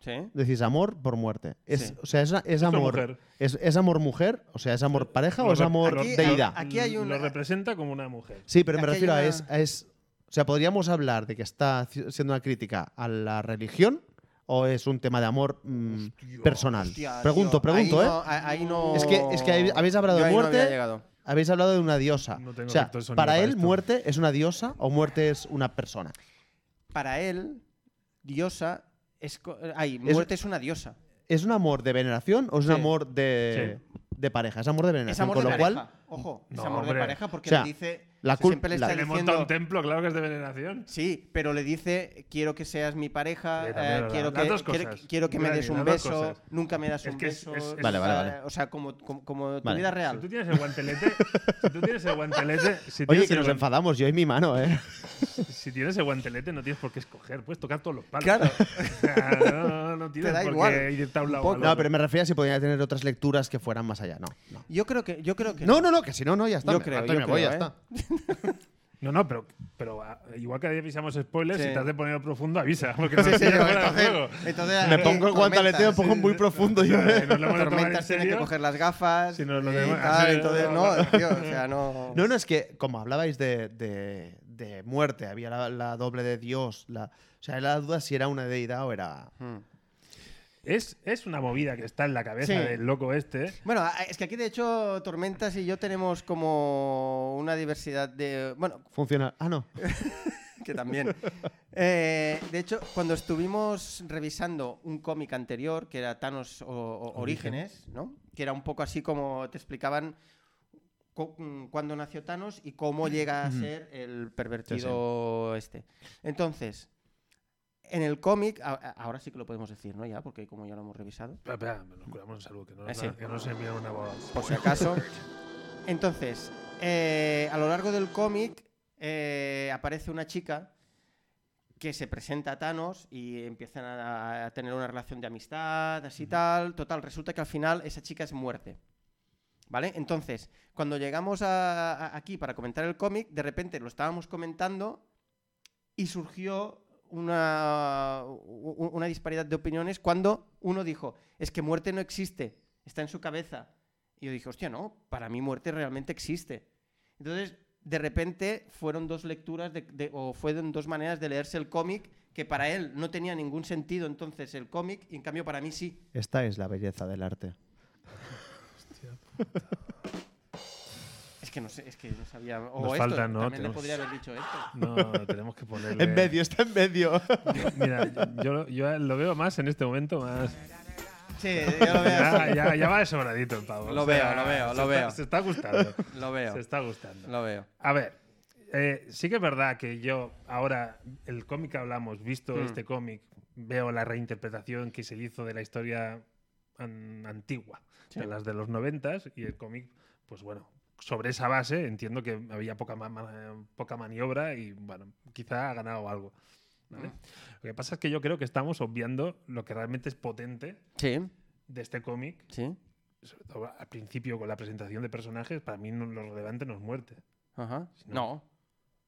S3: sí.
S2: decís amor por muerte. Es,
S3: Sí.
S2: O sea, es, es
S1: una
S2: amor.
S1: mujer.
S2: Es, es amor mujer, o sea, es amor pareja o
S1: Lo
S2: es
S1: rep-
S2: amor
S1: aquí-
S2: deidad.
S3: Aquí hay eh, una-
S1: Lo representa como una mujer.
S2: Sí, pero me
S3: aquí hay
S2: refiero a,
S3: una-
S2: es, a es- O sea, podríamos hablar de que está ci- siendo una crítica a la religión o es un tema de amor mm,
S1: Hostia.
S2: personal.
S3: Hostia,
S2: pregunto,
S3: tío,
S2: pregunto,
S3: ahí
S2: ¿eh?
S3: no- a- ahí no-
S2: Es que- es que habéis- habéis hablado
S3: Yo
S2: de
S3: ahí no había
S2: muerte.
S3: llegado.
S2: Habéis hablado de una diosa.
S1: No tengo
S2: o sea,
S1: efecto de sonido
S2: para
S1: para
S2: él,
S1: esto.
S2: muerte es una diosa o muerte es una persona.
S3: Para él, diosa es. co- Ay,
S2: Es-
S3: muerte es, una diosa.
S2: ¿Es un amor de veneración o es un
S3: Sí.
S2: amor de, de pareja? Es amor de veneración.
S3: Es amor
S2: con
S3: de
S2: lo
S3: pareja.
S2: cual,
S3: Ojo, es
S1: No,
S3: amor de
S1: hombre.
S3: pareja porque
S2: O sea,
S3: le dice.
S2: la
S3: o sea, siempre le
S2: culpa-
S3: está
S1: Se le monta
S3: diciendo.
S1: un templo, claro que es de veneración.
S3: Sí, pero le dice: Quiero que seas mi pareja,
S1: Sí,
S3: eh,
S1: también, ¿verdad?
S3: quiero,
S1: Las
S3: que,
S1: dos
S3: quiero,
S1: cosas.
S3: quiero que me
S1: Dani,
S3: des un
S1: las dos
S3: beso,
S1: cosas.
S3: nunca me das
S1: Es
S3: un
S1: que es-
S3: beso.
S1: es- es-
S2: Vale, vale,
S3: o sea,
S2: vale.
S3: O sea, como, como, como tu
S2: Vale.
S3: vida
S1: Si tú
S3: real.
S1: tienes el guantelete, si tú tienes el guantelete, si tienes,
S2: oye, que
S1: el,
S2: nos
S1: guan-
S2: enfadamos yo y mi mano, ¿eh?
S1: si tienes el guantelete no tienes por qué escoger, puedes tocar todos los palos.
S3: Claro.
S1: O sea, no, no tienes
S3: Te da
S1: por
S3: igual,
S1: qué ir de un
S3: un
S1: lado
S3: poco.
S1: al
S2: No,
S1: otro.
S2: pero me refiero a si podría tener otras lecturas que fueran más allá. No, no.
S3: Yo creo que. Yo creo que
S2: No, no, no, que si no, no, ya está.
S3: Yo
S2: me
S3: creo,
S2: levanto y
S3: yo
S2: me voy,
S3: creo,
S2: ya
S3: ¿eh?
S2: está.
S1: No, no, pero, pero ah, igual que avisamos spoilers,
S3: Sí.
S1: si te has de poner profundo, avisa. Porque
S3: Sí,
S1: no
S3: sí,
S1: se lleva fuera de
S3: entonces,
S1: juego.
S3: entonces,
S2: Me
S3: eh,
S2: pongo el guantelete un
S3: tormentas.
S2: poco muy profundo. Yo,
S1: Eh, nos lo hemos de tomar en
S3: tormentas tiene que
S1: serio.
S3: coger las gafas.
S1: Si no, lo
S3: y
S1: demás-
S3: tal,
S1: sí,
S3: entonces,
S1: no,
S3: no,
S1: no.
S3: tío, o sea, no.
S2: No, no, es que como hablabais de, de- de muerte, había la, la doble de Dios. La, o sea, era la duda si era una deidad o era.
S3: Hmm.
S1: Es, es una movida que está en la cabeza
S3: Sí.
S1: del loco este.
S3: Bueno, a- es que aquí de hecho Tormentas y yo tenemos como una diversidad de... Bueno,
S2: Funcional. Ah, no.
S3: que también. Eh, de hecho, cuando estuvimos revisando un cómic anterior, que era Thanos o- o- Orígenes, ¿no? Que era un poco así como te explicaban co- mm, cuándo nació Thanos y cómo llega a ser el pervertido este. Entonces, en el cómic, a- a- ahora sí que lo podemos decir, ¿no? Ya, porque como ya lo hemos revisado.
S1: Espera, espera, nos curamos en salud, que no,
S3: Ah, sí.
S1: nos que no nos envíen una boda.
S3: por si acaso. Entonces, eh, a lo largo del cómic eh, aparece una chica que se presenta a Thanos y empiezan a, a tener una relación de amistad, así tal. Total, resulta que al final esa chica es muerte. ¿Vale? Entonces, cuando llegamos a- a- aquí para comentar el cómic, de repente lo estábamos comentando y surgió una, u- u- una disparidad de opiniones cuando uno dijo, es que muerte no existe, está en su cabeza. Y yo dije, hostia, no, para mí muerte realmente existe. Entonces, de repente fueron dos lecturas de- de- o fueron dos maneras de leerse el cómic que para él no tenía ningún sentido entonces el cómic y en cambio para mí sí.
S2: Esta es la belleza del arte.
S3: Es que no sé, es que no sabía... O
S1: Nos
S3: esto,
S1: falta, ¿no?
S3: también le
S1: Tenemos-
S3: podría haber dicho esto.
S1: No, tenemos que ponerle.
S2: En medio, está en medio.
S1: Mira, yo, yo lo veo más en este momento, más.
S3: Sí, yo lo veo.
S1: Ya, ya- ya va de sobradito el pavo.
S3: Lo
S1: O sea,
S3: veo, lo veo,
S1: se
S3: lo
S1: está-
S3: veo.
S1: Se está gustando.
S3: Lo veo,
S1: Se está gustando.
S3: lo veo.
S1: A ver, eh, sí que es verdad que yo ahora, el cómic que hablamos, visto
S3: Hmm.
S1: este cómic, veo la reinterpretación que se hizo de la historia an- antigua,
S3: Sí.
S1: de las de los noventas, y el cómic, pues bueno, sobre esa base entiendo que había poca, ma- ma- poca maniobra y bueno, quizá ha ganado algo.
S3: Hmm.
S1: ¿vale? Lo que pasa es que yo creo que estamos obviando lo que realmente es potente
S3: Sí,
S1: de este cómic,
S3: sí.
S1: sobre todo al principio con la presentación de personajes, para mí no- lo relevante no es muerte.
S3: Ajá.
S1: Si no-
S3: No.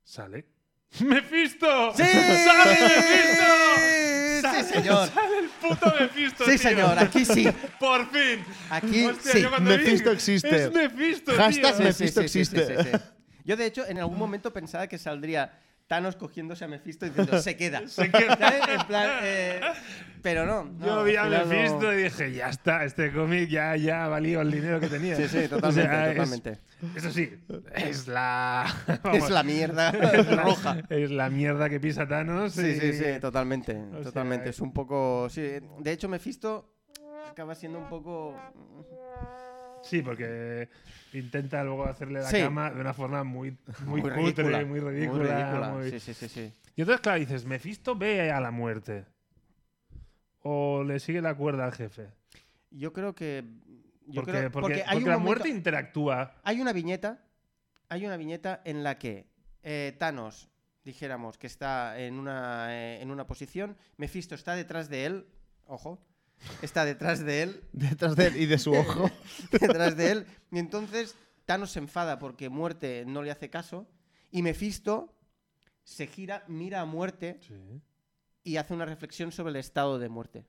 S1: Sale. ¡Mefisto!
S3: ¡Sí!
S1: ¡Sale Mefisto!
S3: Sí, señor.
S1: ¡Sale el puto Mefisto!
S3: Sí,
S1: tío!
S3: señor, aquí sí.
S1: ¡Por fin!
S3: Aquí
S1: Hostia,
S3: sí.
S1: yo cuando vi-
S2: Mefisto existe.
S1: ¡Es Mefisto!
S2: Hashtag
S1: tío!
S2: Mephisto existe.
S3: Yo, de hecho, en algún momento pensaba que saldría Thanos cogiéndose a Mephisto y diciendo, se queda.
S1: Se queda.
S3: ¿Sabes? En plan, eh, pero no. no,
S1: Yo
S3: al
S1: vi a
S3: final no.
S1: Mephisto y dije, ya está, este cómic ya, ya valía el dinero que tenía.
S3: Sí, sí,
S1: O
S3: totalmente,
S1: sea, es-
S3: totalmente.
S1: eso sí, es la...
S3: Es
S1: vamos,
S3: la mierda roja.
S1: Es la mierda que pisa Thanos.
S3: Sí, sí,
S1: y-
S3: sí, totalmente.
S1: sea,
S3: totalmente.
S1: eh.
S3: es un poco. Sí. De hecho, Mephisto acaba siendo un poco.
S1: Sí, porque intenta luego hacerle la
S3: Sí.
S1: cama de una forma muy, muy, cutre, muy ridícula.
S3: Muy ridícula.
S1: muy-
S3: Sí, sí, sí, sí.
S1: Y entonces, claro, dices, Mephisto ve a la muerte. O le sigue la cuerda al jefe.
S3: Yo creo que. Yo
S1: porque
S3: creo,
S1: porque-
S3: hay
S1: porque
S3: un
S1: la
S3: momento-
S1: muerte interactúa.
S3: Hay una viñeta. Hay una viñeta en la que eh, Thanos, dijéramos, que está en una, eh, en una posición. Mephisto está detrás de él. Ojo. Está detrás de él.
S2: Detrás de él y de su ojo.
S3: detrás de él. Y entonces Thanos se enfada porque Muerte no le hace caso. Y Mephisto se gira, mira a Muerte y hace una reflexión sobre el estado de Muerte.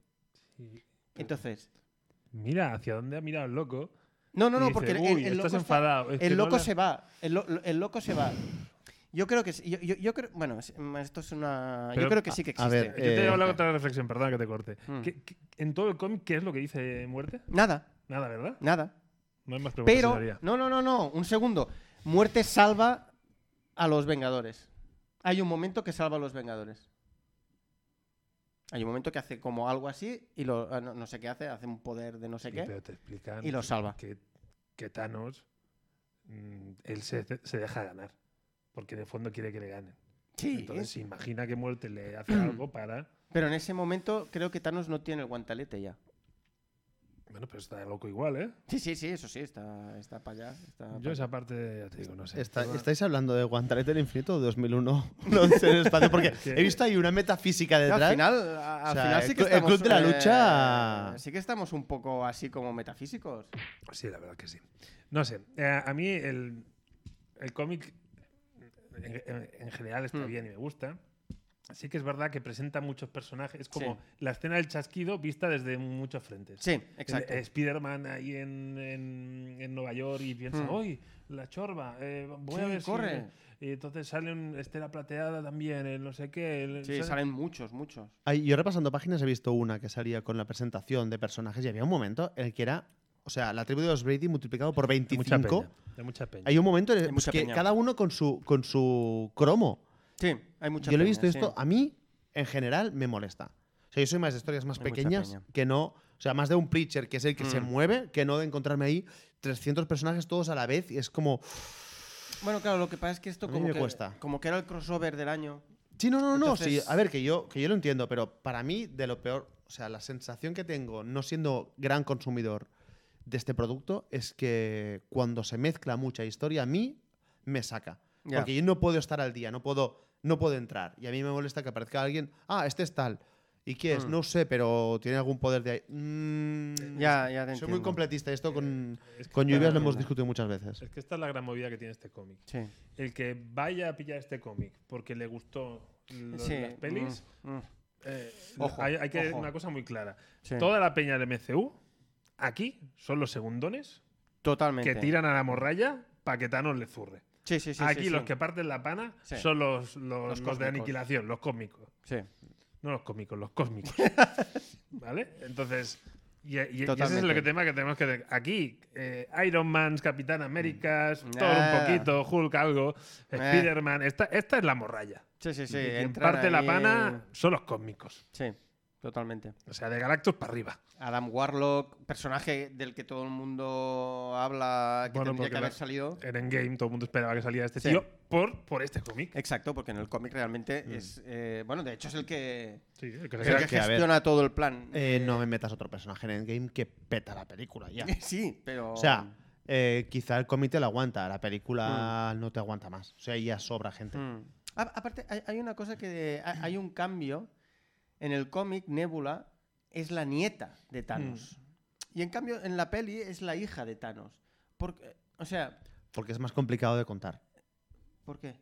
S1: Sí.
S3: Entonces.
S1: Mira hacia dónde ha mirado el loco.
S3: No, no,
S1: y
S3: no,
S1: dice,
S3: porque el,
S1: "Uy,
S3: el- el
S1: estás
S3: loco, está-
S1: enfadado. es que
S3: el
S1: no
S3: loco
S1: la-
S3: se va. El, lo- el loco se va. Yo creo que sí. Yo, yo- yo creo, bueno, es- mm, esto es una.
S1: Pero-
S3: yo creo que sí que
S2: a-
S3: existe.
S2: a ver,
S1: Yo te
S2: Eh,
S1: he hablado otra reflexión, perdona que te corte.
S3: Mm.
S1: ¿Qué- qué- en todo el cómic, ¿qué es lo que dice muerte?
S3: Nada,
S1: Nada, ¿verdad?
S3: nada.
S1: No hay más preguntas.
S3: Pero.
S1: señoría.
S3: No, no, no, no. Un segundo. Muerte salva a los Vengadores. Hay un momento que salva a los Vengadores. Hay un momento que hace como algo así y lo, ah, no, no sé qué hace, hace un poder de no sé
S1: Sí,
S3: qué.
S1: pero te explican
S3: y lo salva.
S1: Que, que Thanos, mm, él se, se deja ganar. Porque en el fondo quiere que le ganen.
S3: Sí,
S1: Entonces se imagina que muerte le hace algo para...
S3: pero en ese momento creo que Thanos no tiene el guantalete ya.
S1: Bueno, pero está loco igual, ¿eh?
S3: Sí, sí, sí, eso sí, está, está para allá. Está pa'
S1: Yo
S3: allá.
S1: esa parte, ya te digo, no sé.
S2: Está-
S1: Pero-
S2: ¿Estáis hablando de Guantanamo del Infinito o 2001? No sé en el espacio, porque
S1: Sí.
S2: he visto ahí una metafísica detrás.
S3: Al final, a- al
S2: O sea,
S3: final sí
S2: el
S3: que
S2: cl- el
S3: estamos,
S2: club de la lucha-
S3: eh, sí que estamos un poco así como metafísicos.
S1: Sí, la verdad que sí. No sé, eh, a mí el, el cómic en, en- en general está
S3: Mm.
S1: bien y me gusta. Sí que es verdad que presenta muchos personajes. Es como
S3: Sí.
S1: la escena del chasquido vista desde muchos frentes.
S3: Sí, exacto.
S1: El- eh, Spider-Man ahí en, en- en Nueva York y piensa,
S3: Mm.
S1: hoy la chorba! eh, voy a
S3: Sí,
S1: ver si-".
S3: corre.
S1: Y entonces sale un Estela Plateada también, el no sé qué. el-
S3: Sí,
S1: sale-
S3: salen muchos, muchos.
S2: Ay, yo repasando páginas he visto una que salía con la presentación de personajes y había un momento en el que era, o sea, la tribu de los Brady multiplicado por
S1: de mucha
S2: 25.
S1: peña. De mucha peña.
S2: Hay un momento en
S3: Hay
S2: el pues
S3: mucha
S2: que
S3: peña.
S2: cada uno con su, con su cromo.
S3: Sí, hay muchos.
S2: yo lo he visto esto, a mí en general me molesta. O sea, yo soy más de historias más
S3: Hay mucha
S2: pequeñas
S3: peña.
S2: que no, o sea, más de un preacher que es el que se
S3: Mm.
S2: mueve, que no de encontrarme ahí 300 personajes todos a la vez y es como,
S3: Bueno, claro, lo que pasa es que esto
S2: A mí
S3: como
S2: me
S3: que,
S2: cuesta.
S3: como que era el crossover del año.
S2: Sí, no, no, no.
S3: Entonces-
S2: sí, a ver, que yo, que yo lo entiendo, pero para mí, de lo peor, o sea, la sensación que tengo, no siendo gran consumidor de este producto, es que cuando se mezcla mucha historia, a mí me saca.
S3: Ya.
S2: Porque yo no puedo estar al día, no puedo, no puedo entrar. Y a mí me molesta que aparezca alguien, ah, este es tal. ¿Y qué es?
S3: Mm.
S2: No sé, pero tiene algún poder de ahí. Mm,
S3: Ya, ya te
S2: Soy
S3: entiendo.
S2: muy completista. Esto con,
S1: Eh, Es que
S2: con
S1: está-
S2: lluvias lo hemos
S3: entiendo.
S2: discutido muchas veces.
S1: es que esta es la gran movida que tiene este cómic.
S3: Sí.
S1: el que vaya a pillar este cómic porque le gustó lo-
S3: sí.
S1: las pelis,
S3: mm, mm,
S1: eh,
S3: Ojo,
S1: hay, hay que
S3: ojo.
S1: una cosa muy clara.
S3: sí.
S1: Toda la peña del MCU aquí son los segundones
S3: Totalmente.
S1: que tiran a la morralla para que Thanos le zurre.
S3: Sí, sí, sí.
S1: aquí
S3: sí,
S1: los
S3: sí.
S1: que parten la pana
S3: Sí.
S1: son los, los,
S3: Los
S1: los de
S3: cósmicos.
S1: aniquilación, los cósmicos.
S3: Sí.
S1: No los cómicos, los cósmicos. ¿Vale? Entonces, y, y- y ese es
S3: Totalmente.
S1: el que tema que tenemos que tener. Aquí, eh, Iron Man, Capitán Américas,
S3: Mm.
S1: Thor
S3: Ah.
S1: un poquito, Hulk algo,
S3: Eh.
S1: Spider-Man. Esta, esta es la morralla.
S3: Sí, sí, sí.
S1: Y quien
S3: entrar
S1: parte la
S3: ahí
S1: pana
S3: en-
S1: son los cósmicos.
S3: Sí, totalmente.
S1: O sea, de Galactus para arriba.
S3: Adam Warlock, personaje del que todo el mundo habla, que
S1: Bueno,
S3: tendría
S1: porque
S3: que haber
S1: la-
S3: salido.
S1: En Endgame todo el mundo esperaba que saliera este
S3: Sí.
S1: tío por, por este cómic.
S3: Exacto, porque en
S2: Mm.
S3: el cómic realmente es. eh, bueno, de hecho es el que,
S1: Sí, el que se
S3: es
S1: queda-
S3: el que
S2: Pues que, a ver,
S3: gestiona todo el plan.
S2: Eh, no me metas otro personaje en Endgame que peta la película,
S3: Eh,
S2: ya.
S3: sí, pero.
S2: O sea, eh, quizá el comité lo aguanta, la película no te aguanta más. O sea, ahí ya sobra gente.
S3: Mm. A- Aparte, hay, hay una cosa que. de- ha- hay un cambio. En el cómic, Nebula es la nieta
S2: Mm.
S3: de Thanos. Y en cambio, en la peli es la hija de Thanos. Porque, o sea,
S2: Porque es más complicado de contar.
S3: ¿por qué?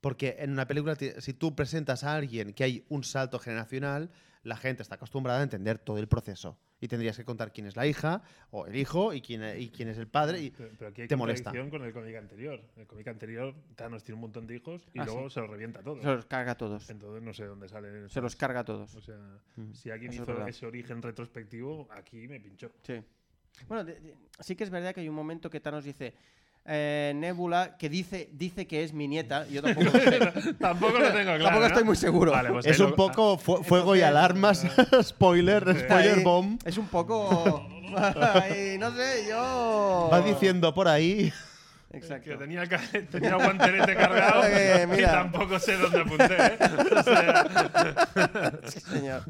S2: Porque en una película, ti- si tú presentas a alguien que hay un salto generacional, la gente está acostumbrada a entender todo el proceso. Y tendrías que contar quién es la hija o el hijo y quién, y quién es el padre. Y
S1: Pero, pero aquí hay
S2: te molesta.
S1: contradicción con el cómic anterior. En El cómic anterior, Thanos tiene un montón de hijos y
S3: Ah,
S1: luego
S3: sí.
S1: se los revienta a
S2: Mm.
S1: todos.
S3: Se los carga a todos.
S1: Entonces no sé dónde salen.
S3: Se
S1: esos-
S3: los carga a todos.
S1: O sea, si alguien
S3: Eso es
S1: hizo
S3: verdad.
S1: ese origen retrospectivo, aquí me pinchó.
S3: Sí. Bueno, de- de- sí que es verdad que hay un momento que Thanos dice. eh, Nebula, que dice, dice que es mi nieta. Yo tampoco, lo sé.
S1: Tampoco lo tengo claro.
S3: Tampoco
S1: ¿no?
S3: estoy muy seguro.
S1: Vale, pues
S2: es
S1: ahí
S2: un
S1: lo-
S2: poco fu- fuego y alarmas,
S1: eh,
S2: spoiler, spoiler
S3: Ahí
S2: bomb.
S3: Es un poco. Ay, no sé, yo.
S1: Oh.
S2: Va diciendo por ahí.
S3: Exacto.
S1: Que tenía, el ca- tenía el guantelete cargado
S3: Eh,
S1: y
S3: mira.
S1: tampoco sé dónde apunté. ¿eh? O sea,
S3: Sí, señor.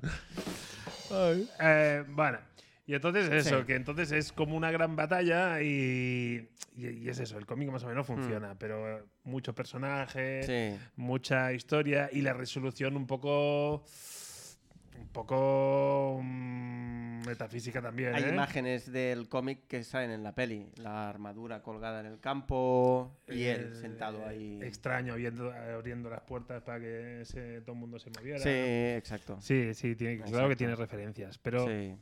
S1: eh, bueno, y entonces eso,
S3: Sí.
S1: que entonces es como una gran batalla y, y- y es eso, el cómic más o menos funciona, pero eh, mucho personaje,
S3: Mm. Sí.
S1: mucha historia y la resolución un poco... Un poco mm, metafísica también.
S3: Hay
S1: ¿eh?
S3: imágenes del cómic que salen en la peli. La armadura colgada en el campo y él
S1: Eh,
S3: sentado ahí.
S1: Extraño, abriendo, abriendo las puertas para que se- todo el mundo se moviera.
S3: Sí, exacto.
S1: Sí, sí, tiene, claro
S3: Exacto.
S1: que tiene referencias, pero,
S3: Sí.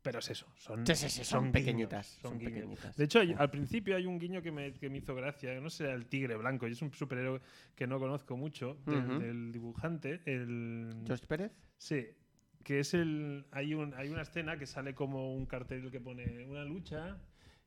S1: pero es eso. Son,
S3: Sí, sí, sí, son
S1: guiños,
S3: pequeñitas,
S1: son
S3: son
S1: guiños.
S3: pequeñitas.
S1: De hecho, hay- al principio hay un guiño que me, que me hizo gracia, no sé, el tigre blanco, y es un superhéroe que no conozco mucho, del,
S3: Ujú.
S1: del dibujante, el...
S3: ¿George Pérez?
S1: Sí, que es el... Hay, un, hay una escena que sale como un cartel que pone una lucha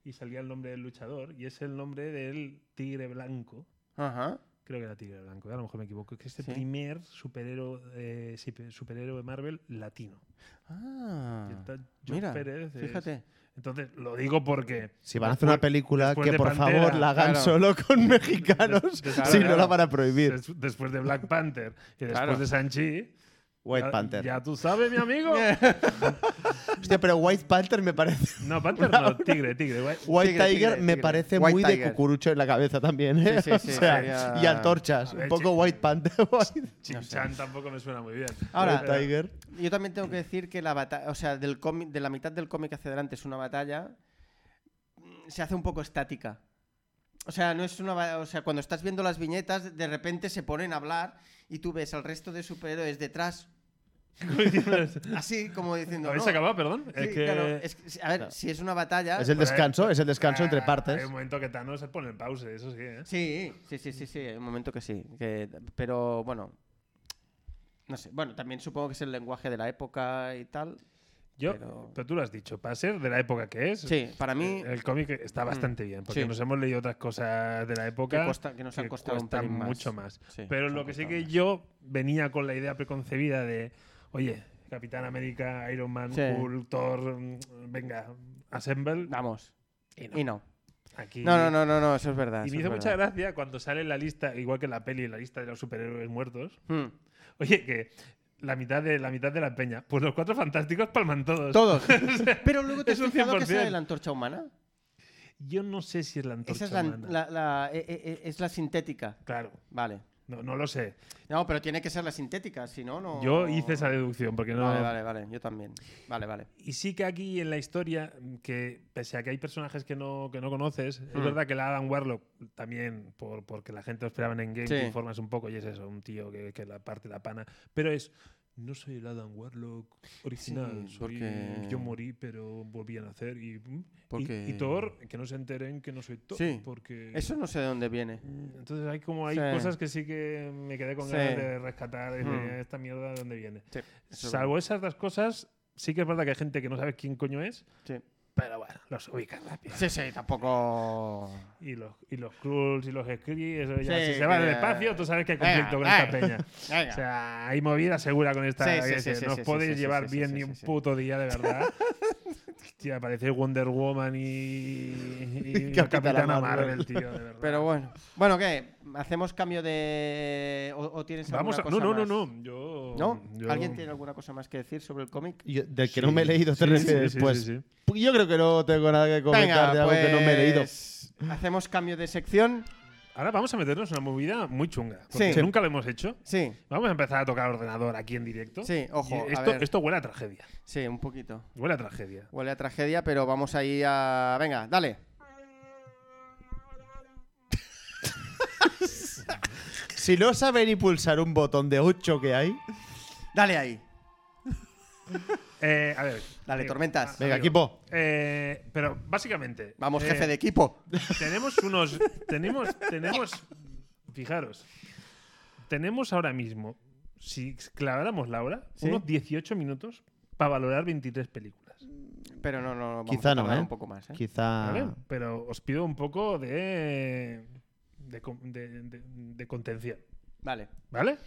S1: y salía el nombre del luchador, y es el nombre del tigre blanco.
S3: Ajá.
S1: Creo que era Tigre Blanco, a lo mejor me equivoco. Es que es el
S3: Sí.
S1: primer superhéroe, eh, sipe- superhéroe Marvel latino.
S3: Ah.
S1: Y está George
S3: Mira,
S1: Pérez es-
S3: fíjate.
S1: Entonces, lo digo porque.
S2: Si van a hacer una
S1: después-
S2: película,
S1: después
S2: que
S1: de
S2: por
S1: Pantera,
S2: favor la hagan
S3: claro.
S2: solo con mexicanos,
S1: Des-
S3: claro,
S2: si no
S1: claro.
S2: la van a prohibir.
S1: des- Después de Black Panther y después
S3: Claro.
S1: de Sanchi.
S2: White Panther.
S1: Ya tú sabes, mi amigo.
S2: Hostia, pero White Panther me parece.
S1: No, Panther no, Tigre, Tigre. guay.
S2: White
S3: Tigre,
S2: Tiger
S3: tigre,
S2: me
S3: tigre.
S2: parece
S3: White
S2: muy de
S3: Tiger.
S2: cucurucho en la cabeza también, ¿eh?
S3: Sí, sí, sí,
S2: O sea,
S3: sería-
S2: Y antorchas.
S1: ver,
S2: Un poco
S1: chi-
S2: White Panther. White
S1: Chin Chan tampoco me suena muy bien.
S3: Ahora-
S1: Pero- eh,
S2: White Tiger.
S3: Yo también tengo que decir que la batalla, o sea, del cómic, de la mitad del cómic hacia adelante es una batalla, mm, se hace un poco estática. O sea, no es una, ba- o sea, cuando estás viendo las viñetas, de repente se ponen a hablar y tú ves al resto de superhéroes detrás, así como diciendo.
S1: ¿Habéis
S3: "No".
S1: acabado, perdón?
S3: Sí,
S1: es que.
S3: claro, es que- a ver, si es una batalla.
S2: Es el
S1: Pero, eh,
S2: descanso, es el descanso entre
S1: Ah, Hay
S2: partes.
S1: un momento que Thanos se pone en pause, eso sí, ¿eh?
S3: Sí, sí, sí, sí, sí, hay un momento que sí. que- pero bueno. No sé. Bueno, también supongo que es el lenguaje de la época y tal.
S1: Yo,
S3: Pero-
S1: pero... eh, tú lo has dicho, para ser de la época que es,
S3: Sí, para mí.
S1: el cómic está bastante bien, porque
S3: Mm. Sí.
S1: nos hemos leído otras cosas de la época
S3: Que cuesta- que nos han costado un
S1: cuestan
S3: pelín más.
S1: mucho más.
S3: Sí,
S1: pero
S3: nos
S1: lo
S3: han
S1: que sí
S3: costado
S1: que
S3: más.
S1: yo venía con la idea preconcebida de, oye, Capitán América, Iron Man,
S3: Sí.
S1: Hulk, Thor, mm, venga, Assemble.
S3: Vamos.
S1: Y no.
S3: Y no.
S1: Aquí.
S3: No, no, no, no, no, eso es verdad.
S1: Y
S3: eso
S1: me
S3: es
S1: hizo mucha
S3: verdad.
S1: gracia cuando sale en la lista, igual que en la peli, en la lista de los superhéroes muertos.
S3: Hmm.
S1: Oye, que la mitad de la mitad de la peña, pues los cuatro fantásticos palman todos.
S3: Todos. Pero luego te has
S1: Es un
S3: fijado que
S1: 100%.
S3: sale la antorcha humana.
S1: Yo no sé si es la antorcha
S3: Esa es la,
S1: humana.
S3: la- la- e- e- e- es la sintética.
S1: Claro,
S3: Vale.
S1: no, no lo sé.
S3: No, pero tiene que ser la sintética, si no, no.
S1: Yo hice esa deducción porque no.
S3: Vale, vale, vale. Yo también. Vale, vale.
S1: Y sí que aquí en la historia, mm, que pese a que hay personajes que no, que no conoces,
S3: Mm.
S1: es verdad que la Adam Warlock también, por, porque la gente lo esperaba en Game,
S3: Sí.
S1: te informas un poco y es eso, un tío que, que la parte la pana. Pero es, no soy el Adam Warlock original,
S3: Sí,
S1: soy-
S3: porque-
S1: yo morí pero volví a nacer y, mm, y-
S3: Porque-
S1: y, Thor, que no se enteren que no soy Thor,
S3: Sí.
S1: porque...
S3: Eso no sé de dónde viene.
S1: Mm, Entonces hay como hay
S3: Sí.
S1: cosas que sí que me quedé con
S3: Sí.
S1: ganas de rescatar y de,
S3: Mm.
S1: esta mierda de dónde viene.
S3: Sí, eso es
S1: Salvo esas dos cosas, sí que es verdad que hay gente que no sabe quién coño es,
S3: Sí.
S1: pero bueno, los ubican rápido.
S3: Sí, sí, tampoco.
S1: Y los, y los Krulls y los Skrulls, eso ya,
S3: Sí,
S1: si se va
S3: que-
S1: del espacio, tú sabes que hay conflicto
S3: Venga,
S1: con esta
S3: venga.
S1: peña.
S3: Venga.
S1: O sea, hay movida segura con esta.
S3: Sí, sí,
S1: que
S3: sí,
S1: se-
S3: sí,
S1: no
S3: sí,
S1: os podéis
S3: sí, sí,
S1: llevar
S3: sí, sí,
S1: bien
S3: sí,
S1: ni
S3: sí,
S1: un
S3: sí.
S1: puto día, de verdad. Hostia, aparece Wonder Woman y, y,
S2: Y Capitana
S1: Capitana
S2: Marvel.
S1: Marvel, tío, de verdad.
S3: Pero bueno. Bueno, ¿qué? ¿Hacemos cambio de. o, o tienes
S1: Vamos a...
S3: alguna
S1: No,
S3: cosa
S1: no, no,
S3: más?
S1: no. Yo,
S3: ¿No?
S2: Mm,
S1: yo-
S3: ¿Alguien tiene alguna cosa más que decir sobre el cómic?
S2: Yo- del que
S1: Sí,
S2: no me he leído, te
S1: sí,
S2: refieres.
S1: sí, sí,
S2: pues
S1: sí, sí.
S2: pues yo creo que no tengo nada que comentar
S3: Venga,
S2: de algo que no me he leído.
S3: pues, Hacemos cambio de sección.
S1: Ahora vamos a meternos en una movida muy chunga. Porque
S3: Sí.
S1: nunca lo hemos hecho.
S3: Sí,
S1: Vamos a empezar a tocar ordenador aquí en directo.
S3: Sí, ojo,
S1: Y
S3: a
S1: Esto,
S3: ver.
S1: esto huele a tragedia.
S3: sí, un poquito.
S1: Huele a tragedia.
S3: Huele a tragedia, pero vamos ahí a. Venga, dale.
S2: Si no sabe ni pulsar un botón de 8 que hay.
S3: Dale ahí.
S1: Eh, a ver.
S3: Dale,
S1: amigo,
S3: tormentas.
S1: a-
S2: Venga,
S1: amigo.
S2: equipo.
S1: Eh, pero básicamente.
S3: Vamos,
S1: eh,
S3: jefe de equipo.
S1: Tenemos unos. Tenemos. Tenemos. Fijaros. Tenemos ahora mismo, si claváramos la hora,
S3: Sí.
S1: unos 18 minutos para valorar 23 películas.
S3: Pero no, no, vamos
S2: Quizá
S3: a
S2: no,
S3: tardar
S2: ¿eh?
S3: un poco más. ¿eh?
S2: Quizá.
S1: ¿vale? Pero os pido un poco de. de, con- de- de- de contención.
S3: Vale.
S1: ¿Vale?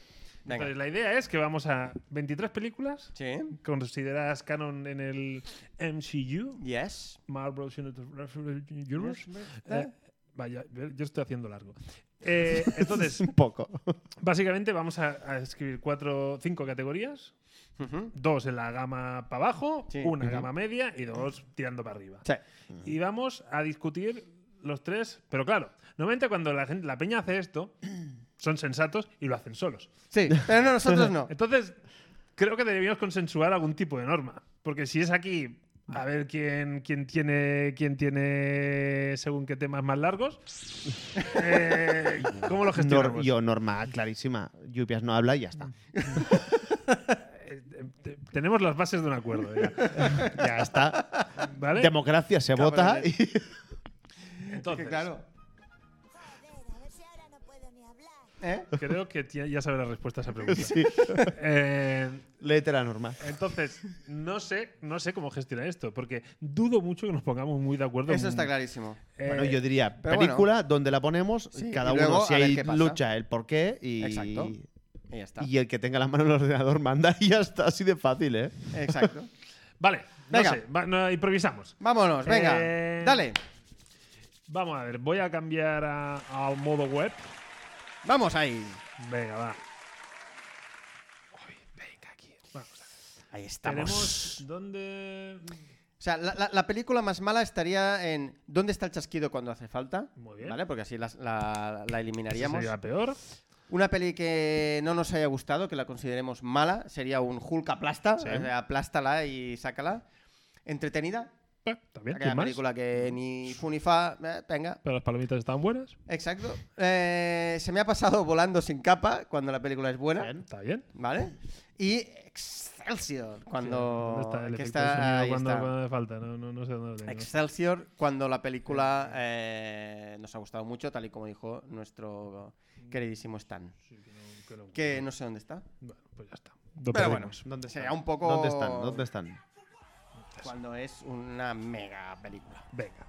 S3: Venga.
S1: Entonces, la idea es que vamos a 23 películas
S3: Sí.
S1: consideradas canon en el MCU,
S3: Yes.
S1: Marvel Cinematic Universe.
S3: Eh,
S1: Eh, vaya, yo estoy haciendo largo. Eh, entonces,
S2: Un poco.
S1: básicamente vamos a, a escribir cuatro, cinco categorías,
S3: ujú.
S1: dos en la gama para abajo,
S3: Sí.
S1: una
S2: Ujú.
S1: gama media y dos tirando para arriba.
S3: Sí.
S1: Y vamos a discutir los tres, pero claro, normalmente cuando la gente, la peña hace esto, son sensatos y lo hacen solos.
S3: Sí, pero no, nosotros no.
S1: Entonces, creo que deberíamos consensuar algún tipo de norma. Porque si es aquí, a ver quién, quién tiene quién tiene según qué temas más largos. eh, ¿Cómo lo gestionamos?
S2: Nor- yo, norma clarísima. Lluvias no habla y ya está.
S1: Eh, te- Tenemos las bases de un acuerdo. ya,
S2: Ya está.
S1: ¿Vale?
S2: Democracia se vota
S3: Cabrones.
S2: y.
S1: Entonces,
S3: Que claro.
S4: Joder, a ver si ahora no puedo ni hablar.
S3: ¿eh?
S1: creo que ti- ya sabe la respuesta a esa pregunta.
S2: Sí.
S1: Eh,
S2: Léete la norma.
S1: entonces, no sé, no sé cómo gestionar esto, porque dudo mucho que nos pongamos muy de acuerdo.
S3: Eso
S1: en-
S3: está clarísimo.
S1: eh,
S2: bueno, yo diría
S3: pero
S2: película, donde la ponemos,
S3: Sí,
S2: cada
S3: y
S2: uno
S3: luego
S2: si
S3: a ver
S2: hay
S3: qué pasa.
S2: lucha, el porqué y
S3: Exacto. Y ya está.
S2: y el que tenga la mano en el ordenador manda y ya está así de fácil, ¿eh?
S3: Exacto.
S1: Vale,
S3: Venga.
S1: no sé, va- no, improvisamos.
S3: Vámonos, venga.
S1: Eh,
S3: Dale.
S1: Vamos a ver, voy a cambiar a- al modo web.
S3: Vamos ahí.
S1: Venga, va. Uy, venga aquí. Vamos a ver.
S3: Ahí estamos.
S1: Tenemos dónde.
S3: O sea, la, la- la película más mala estaría en ¿Dónde está el chasquido cuando hace falta?
S1: Muy bien.
S3: ¿Vale? Porque así las- la, la
S1: Esa
S3: eliminaríamos.
S1: sería la peor.
S3: Una peli que no nos haya gustado, que la consideremos mala, sería un Hulk aplasta.
S1: Sí.
S3: O sea, aplástala y sácala. Entretenida.
S1: Bueno, También,
S3: Aquella
S1: sin más.
S3: película que ni fu ni fa. eh, venga.
S1: Pero las palomitas están buenas.
S3: Exacto. Eh, se me ha pasado volando sin capa cuando la película es buena.
S2: Bien.
S1: Está bien.
S3: ¿Vale? Y Excelsior, cuando.
S1: ¿Dónde está el
S3: que
S1: efecto
S3: está-
S1: de sonido
S3: ahí
S1: cuando,
S3: está.
S1: cuando hace falta? No, no, no sé dónde lo tengo.
S3: Excelsior, cuando la película eh, nos ha gustado mucho, tal y como dijo nuestro queridísimo Stan.
S1: Sí, que no- que no-
S3: Que no sé dónde está.
S1: Bueno, pues ya está. Lo
S3: Pero
S1: perdimos.
S2: ¿Dónde
S3: Sería
S2: están?
S3: un poco-
S2: ¿Dónde están? ¿Dónde están?
S3: Cuando es una mega película.
S1: Venga.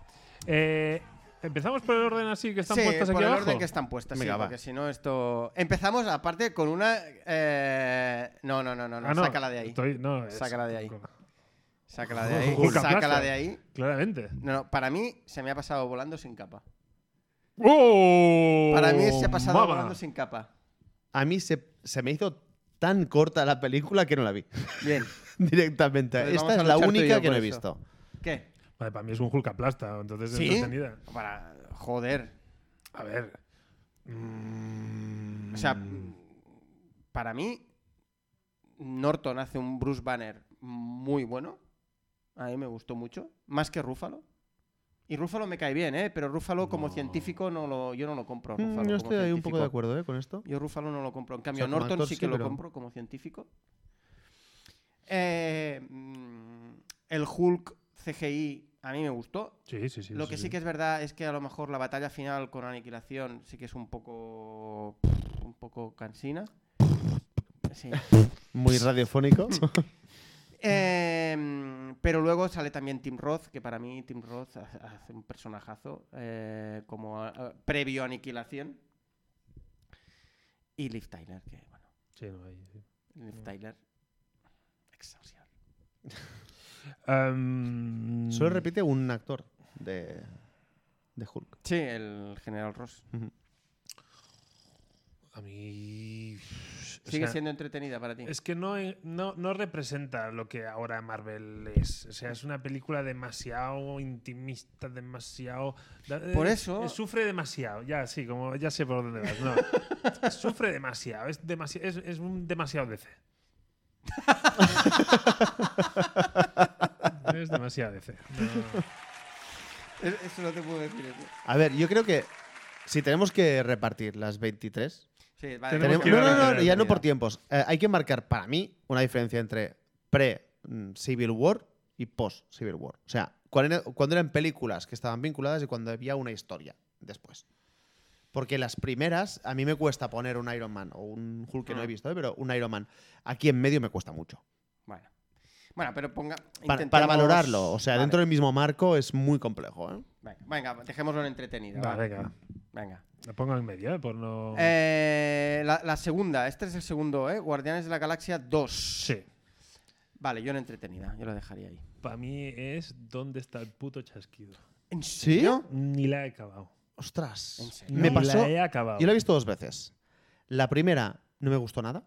S1: Eh, Empezamos por el orden así que están
S3: sí,
S1: puestas aquí
S3: por el
S1: abajo.
S3: orden que están puestas, sí,
S2: Venga, va.
S3: porque si no esto... Empezamos, aparte, con una... eh, No, no, no, no, no,
S1: Ah, no,
S3: sácala de ahí.
S1: estoy- Oh, no, es-
S3: Sácala de ahí. Sácala de ahí,
S1: Hulk
S3: sácala
S1: aplasta.
S3: de ahí.
S1: Claramente.
S3: No, no, para mí se me ha pasado volando sin capa.
S1: ¡Oh!
S3: Para mí se ha pasado
S1: mama!
S3: volando sin capa.
S2: A mí se, se me hizo tan corta la película que no la vi
S3: Bien.
S2: directamente.
S3: Entonces
S2: Esta
S3: Pues vamos a
S2: es la
S3: luchar tú y yo
S2: única que
S3: por
S2: no he
S3: eso.
S2: visto.
S3: ¿Qué?
S1: Vale, para mí es un Hulk aplasta, entonces es
S3: ¿Sí?
S1: entretenida.
S3: Para... Joder.
S1: A ver. Mm.
S3: O sea, para mí, Norton hace un Bruce Banner muy bueno. A mí me gustó mucho. Más que Rúfalo. Y Rúfalo me cae bien, ¿eh? Pero Rúfalo como científico no lo, yo no lo compro.
S2: Mm,
S3: Rúfalo
S2: yo
S3: como
S2: estoy ahí un poco de
S3: científico.
S2: acuerdo ¿eh? con esto.
S3: Yo Rúfalo no lo compro. En cambio,
S2: O sea, como
S3: Norton
S2: actor
S3: sí
S2: sí,
S3: que lo
S2: pero-
S3: compro como científico. Eh, mm, el Hulk CGI a mí me gustó.
S1: Sí, sí, sí.
S3: Lo que sí que es verdad es que a lo mejor la batalla final con aniquilación sí que es un poco. un poco cansina. Sí.
S2: Muy radiofónico.
S3: Em, pero luego sale también Tim Roth, que para mí Tim Roth ha- hace un personajazo eh, como a- a- previo a aniquilación. Y Liv Tyler, que bueno,
S1: Sí, no, ahí, sí. Mm.
S3: Liv Tyler. Excelsior.
S1: Em,
S2: Solo repite un actor de, de Hulk.
S3: Sí, el General Ross.
S1: A mí. o
S3: Sigue
S1: sea,
S3: siendo entretenida para ti.
S1: Es que no, eh, no, no representa lo que ahora Marvel es. O sea, es una película demasiado intimista, demasiado. da-
S3: Por
S1: eh,
S3: eso-
S1: eh, Sufre demasiado. Ya, sí, como ya sé por dónde vas. No. sufre demasiado. Es, demasi es, es un demasiado DC. es demasiado DC. No.
S3: Es-
S1: ¿eh?
S3: Eso no te puedo decir. eso.
S2: A ver, yo creo que si tenemos que repartir las 23,
S3: Sí, vale.
S1: Tenemos
S2: Tenemos-
S1: que
S2: no,
S1: ir a la
S2: no, no,
S1: generalidad.
S2: ya no por tiempos. Eh, hay que marcar para mí una diferencia entre pre-Civil War y post-Civil War. O sea, cuál era- cuando eran películas que estaban vinculadas y cuando había una historia después. Porque las primeras, a mí me cuesta poner un Iron Man o un Hulk que no he
S3: Ah.
S2: visto, eh, pero un Iron Man aquí en medio me cuesta mucho.
S3: Bueno. Bueno, pero ponga.
S2: Pa- Para,
S3: intentemos-
S2: valorarlo, o sea,
S3: Vale,
S2: dentro del mismo marco es muy complejo. ¿eh?
S3: Venga, venga, dejémoslo en entretenido.
S1: Va,
S3: va.
S1: venga.
S3: Venga.
S1: La pongo en medio, eh, por no.
S3: Eh, la, la segunda, este es el segundo, ¿eh? Guardianes de la Galaxia 2.
S1: Sí.
S3: Vale, yo en entretenida, yo lo dejaría ahí.
S1: Para mí es dónde está el puto chasquido.
S3: ¿En
S2: ¿Sí?
S3: serio?
S1: Ni la he acabado.
S3: ¿En
S2: Ostras,
S3: serio?
S1: Ni
S2: me pasó.
S1: la he acabado.
S2: Yo la he visto dos veces. La primera no me gustó nada.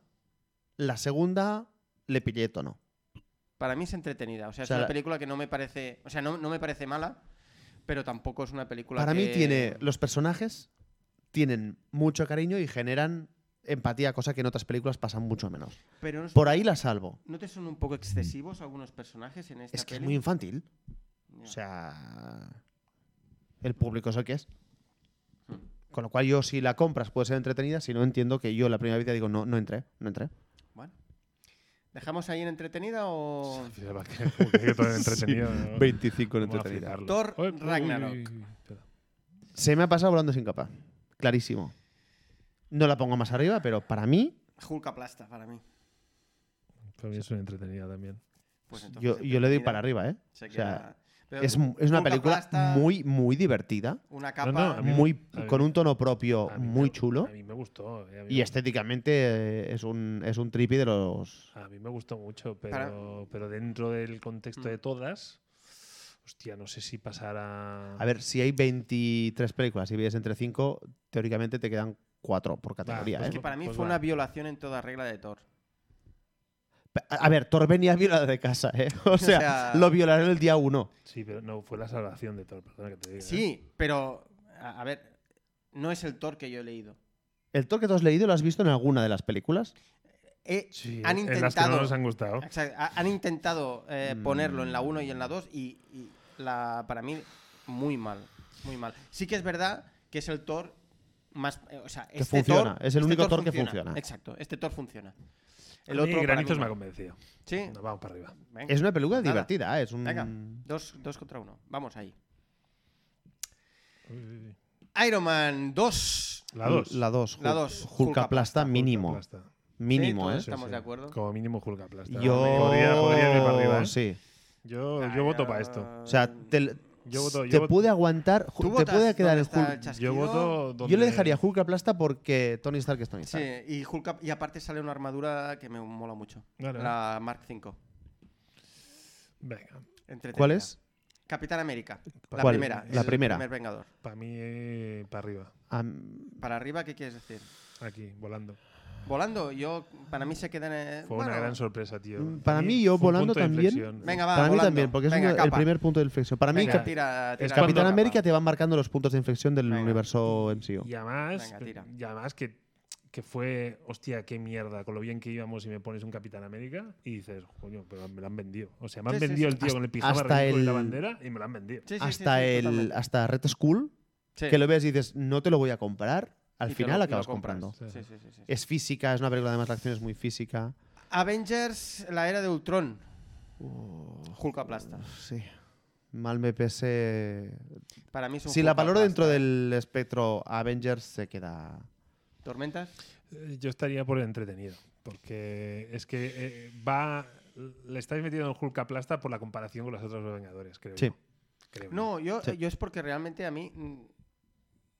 S2: La segunda le pillé tono.
S3: Para mí es entretenida. O sea, es
S2: O sea,
S3: una
S2: la-
S3: película que no me parece. O sea, no, no me parece mala, pero tampoco es una película.
S2: Para mí
S3: que-
S2: tiene los personajes tienen mucho cariño y generan empatía, cosa que en otras películas pasan mucho menos.
S3: Pero no, es-
S2: Por ahí la salvo.
S3: ¿no te son un poco excesivos algunos personajes en esta
S2: Es que es
S3: peli?
S2: muy infantil.
S3: Ya.
S2: O sea, el público es el que es. Con lo cual yo si la compras puede ser entretenida, si no entiendo que yo la primera vez ya digo no no entré, no entré.
S3: Bueno. ¿Dejamos ahí en entretenida o.?
S1: Sí, va, que- como que yo todavía entretenido. ¿no?
S2: 25
S1: Vamos a fliparlo.
S3: Thor
S1: Uy, uy, uy,
S3: Ragnarok.
S1: uy, espera.
S2: Se me ha pasado volando sin capa. Clarísimo. No la pongo más arriba, pero para mí,
S3: Hulk aplasta para mí.
S1: Para mí es una entretenida también.
S3: Pues entonces
S2: yo, yo le doy
S3: entretenida.
S2: para arriba, ¿eh?
S3: Se
S2: O sea,
S3: queda- Pero
S2: Es, es una
S3: Hulk
S2: película
S3: aplasta,
S2: muy, muy divertida.
S3: Una capa.
S1: no, a mí me-
S2: Muy,
S1: a mí
S2: con
S1: me-
S2: un tono propio
S1: A mí me-
S2: Oh, muy chulo.
S1: A mí me gustó. eh, a mí
S2: Y este
S1: me-
S2: estéticamente eh, es un, es un tripi de los.
S1: A mí me gustó mucho, pero,
S3: Para-
S1: pero dentro del contexto
S3: Mm.
S1: de todas. Hostia, no sé si pasará.
S2: A ver, si hay 23 películas y ves entre 5, teóricamente te quedan 4 por categoría.
S1: pues
S2: ¿eh?
S3: Es que para mí
S1: Pues
S3: fue
S1: va.
S3: una violación en toda regla de Thor.
S2: A a ver, Thor venía violado de casa, ¿eh? O sea,
S3: sea-
S2: lo violaron el día 1.
S1: Sí, pero no, fue la salvación de Thor, perdona que te diga. ¿eh?
S3: Sí, pero. A, a ver, no es el Thor que yo he leído.
S2: ¿El Thor que tú has leído lo has visto en alguna de las películas?
S3: Eh,
S1: Sí,
S3: han
S1: en las que no
S3: intentado.
S1: nos han gustado.
S3: exacto, ha- han intentado eh,
S2: Mm.
S3: ponerlo en la 1 y en la 2 y, y la, para mí muy mal. Muy mal. Sí que es verdad que es el Thor más. eh, o sea, este
S2: funciona,
S3: Thor-
S2: es el
S3: este
S2: único Thor que funciona.
S3: Exacto, este Thor funciona.
S1: El otro
S3: para
S1: Granizos
S3: mí
S1: me ha
S3: no.
S1: convencido.
S3: Sí,
S1: No, vamos para arriba.
S3: venga.
S2: Es una película
S3: Nada.
S2: divertida, ¿eh? es un.
S3: Venga, dos, dos contra uno. Vamos ahí.
S1: Uy, uy, uy.
S3: Iron Man 2.
S1: La 2.
S2: La 2.
S3: La dos,
S2: Hulk,
S3: Hulk
S2: aplasta mínimo. Mínimo,
S3: Sí,
S2: ¿eh?
S3: todos Estamos
S1: Sí, sí.
S3: de acuerdo.
S1: Como mínimo Hulk aplasta.
S2: Yo.
S1: Podría, podría ir para arriba. ¿eh?
S2: Sí.
S1: Yo, yo voto para
S3: ah,
S1: esto.
S2: O sea, te,
S1: Yo voto. Yo
S2: te
S1: voto-
S2: puede aguantar. ju-
S3: ¿Tú
S2: Te
S3: votas
S2: puede quedar el
S3: dónde está
S2: Hulk.
S1: yo
S3: chasquido?
S1: voto.
S2: Yo le
S1: donde-
S2: dejaría Hulk aplasta porque Tony Stark es Tony
S3: Sí,
S2: Stark.
S3: y, Hulk ap- y aparte sale una armadura que me mola mucho.
S1: Vale,
S3: La Mark V.
S1: Venga.
S3: entretenida.
S2: ¿Cuál es?
S3: Capitán América. La
S2: ¿Cuál?
S3: primera.
S2: La
S3: el
S2: primera.
S3: primer Vengador.
S1: Para mí, eh, para arriba.
S2: Am-
S3: Para arriba, ¿qué quieres decir?
S1: Aquí, volando.
S3: Volando, yo. Para mí se queda en. el-
S1: Fue una
S3: bueno,
S1: gran sorpresa, tío.
S2: Mm, para mí, yo
S1: fue un
S2: volando
S1: punto de
S2: también-
S1: inflexión.
S3: Venga, va.
S2: para mí
S3: volando.
S2: también, porque es
S3: Venga,
S2: un- el
S3: capa.
S2: primer punto de inflexión. Para mí,
S3: Venga,
S2: Cap-
S3: tira, tira
S1: cuando-
S2: Capitán
S3: capa.
S2: América te va marcando los puntos de inflexión del
S3: Venga.
S2: universo MCU.
S1: Y además,
S3: Venga, tira.
S1: y además que, que fue, hostia, qué mierda, con lo bien que íbamos y me pones un Capitán América y dices, coño, pero me lo han vendido. O sea, me han
S3: Sí, sí,
S1: vendido
S3: sí.
S1: el tío con el pijama
S2: hasta
S1: ridículo y la
S2: el-
S1: bandera y me lo han vendido.
S3: Sí, sí, sí,
S2: hasta,
S3: sí,
S2: el,
S3: totalmente.
S2: hasta Red School,
S3: Sí.
S2: que lo ves y dices, no te lo voy a comprar. Al
S3: Y te
S2: final
S3: lo- y lo
S2: acabas
S3: compras.
S2: comprando.
S1: comprando.
S3: Sí, sí, sí, sí, sí.
S2: Es física, es una película, además la acción es muy física.
S3: Avengers, la era de Ultron.
S2: Oh.
S3: Hulk aplasta.
S2: Sí. Mal me pese.
S3: Para mí es un
S2: Si la
S3: Hulk
S2: valoro dentro
S3: aplasta.
S2: del espectro Avengers, se queda.
S3: ¿Tormentas?
S1: Eh, Yo estaría por el entretenido, porque es que eh, va. Le estáis metiendo en Hulk aplasta por la comparación con los otros Vengadores, creo.
S2: Sí.
S1: yo. Creo
S3: No, yo,
S2: Sí.
S3: yo es porque realmente a mí. mm,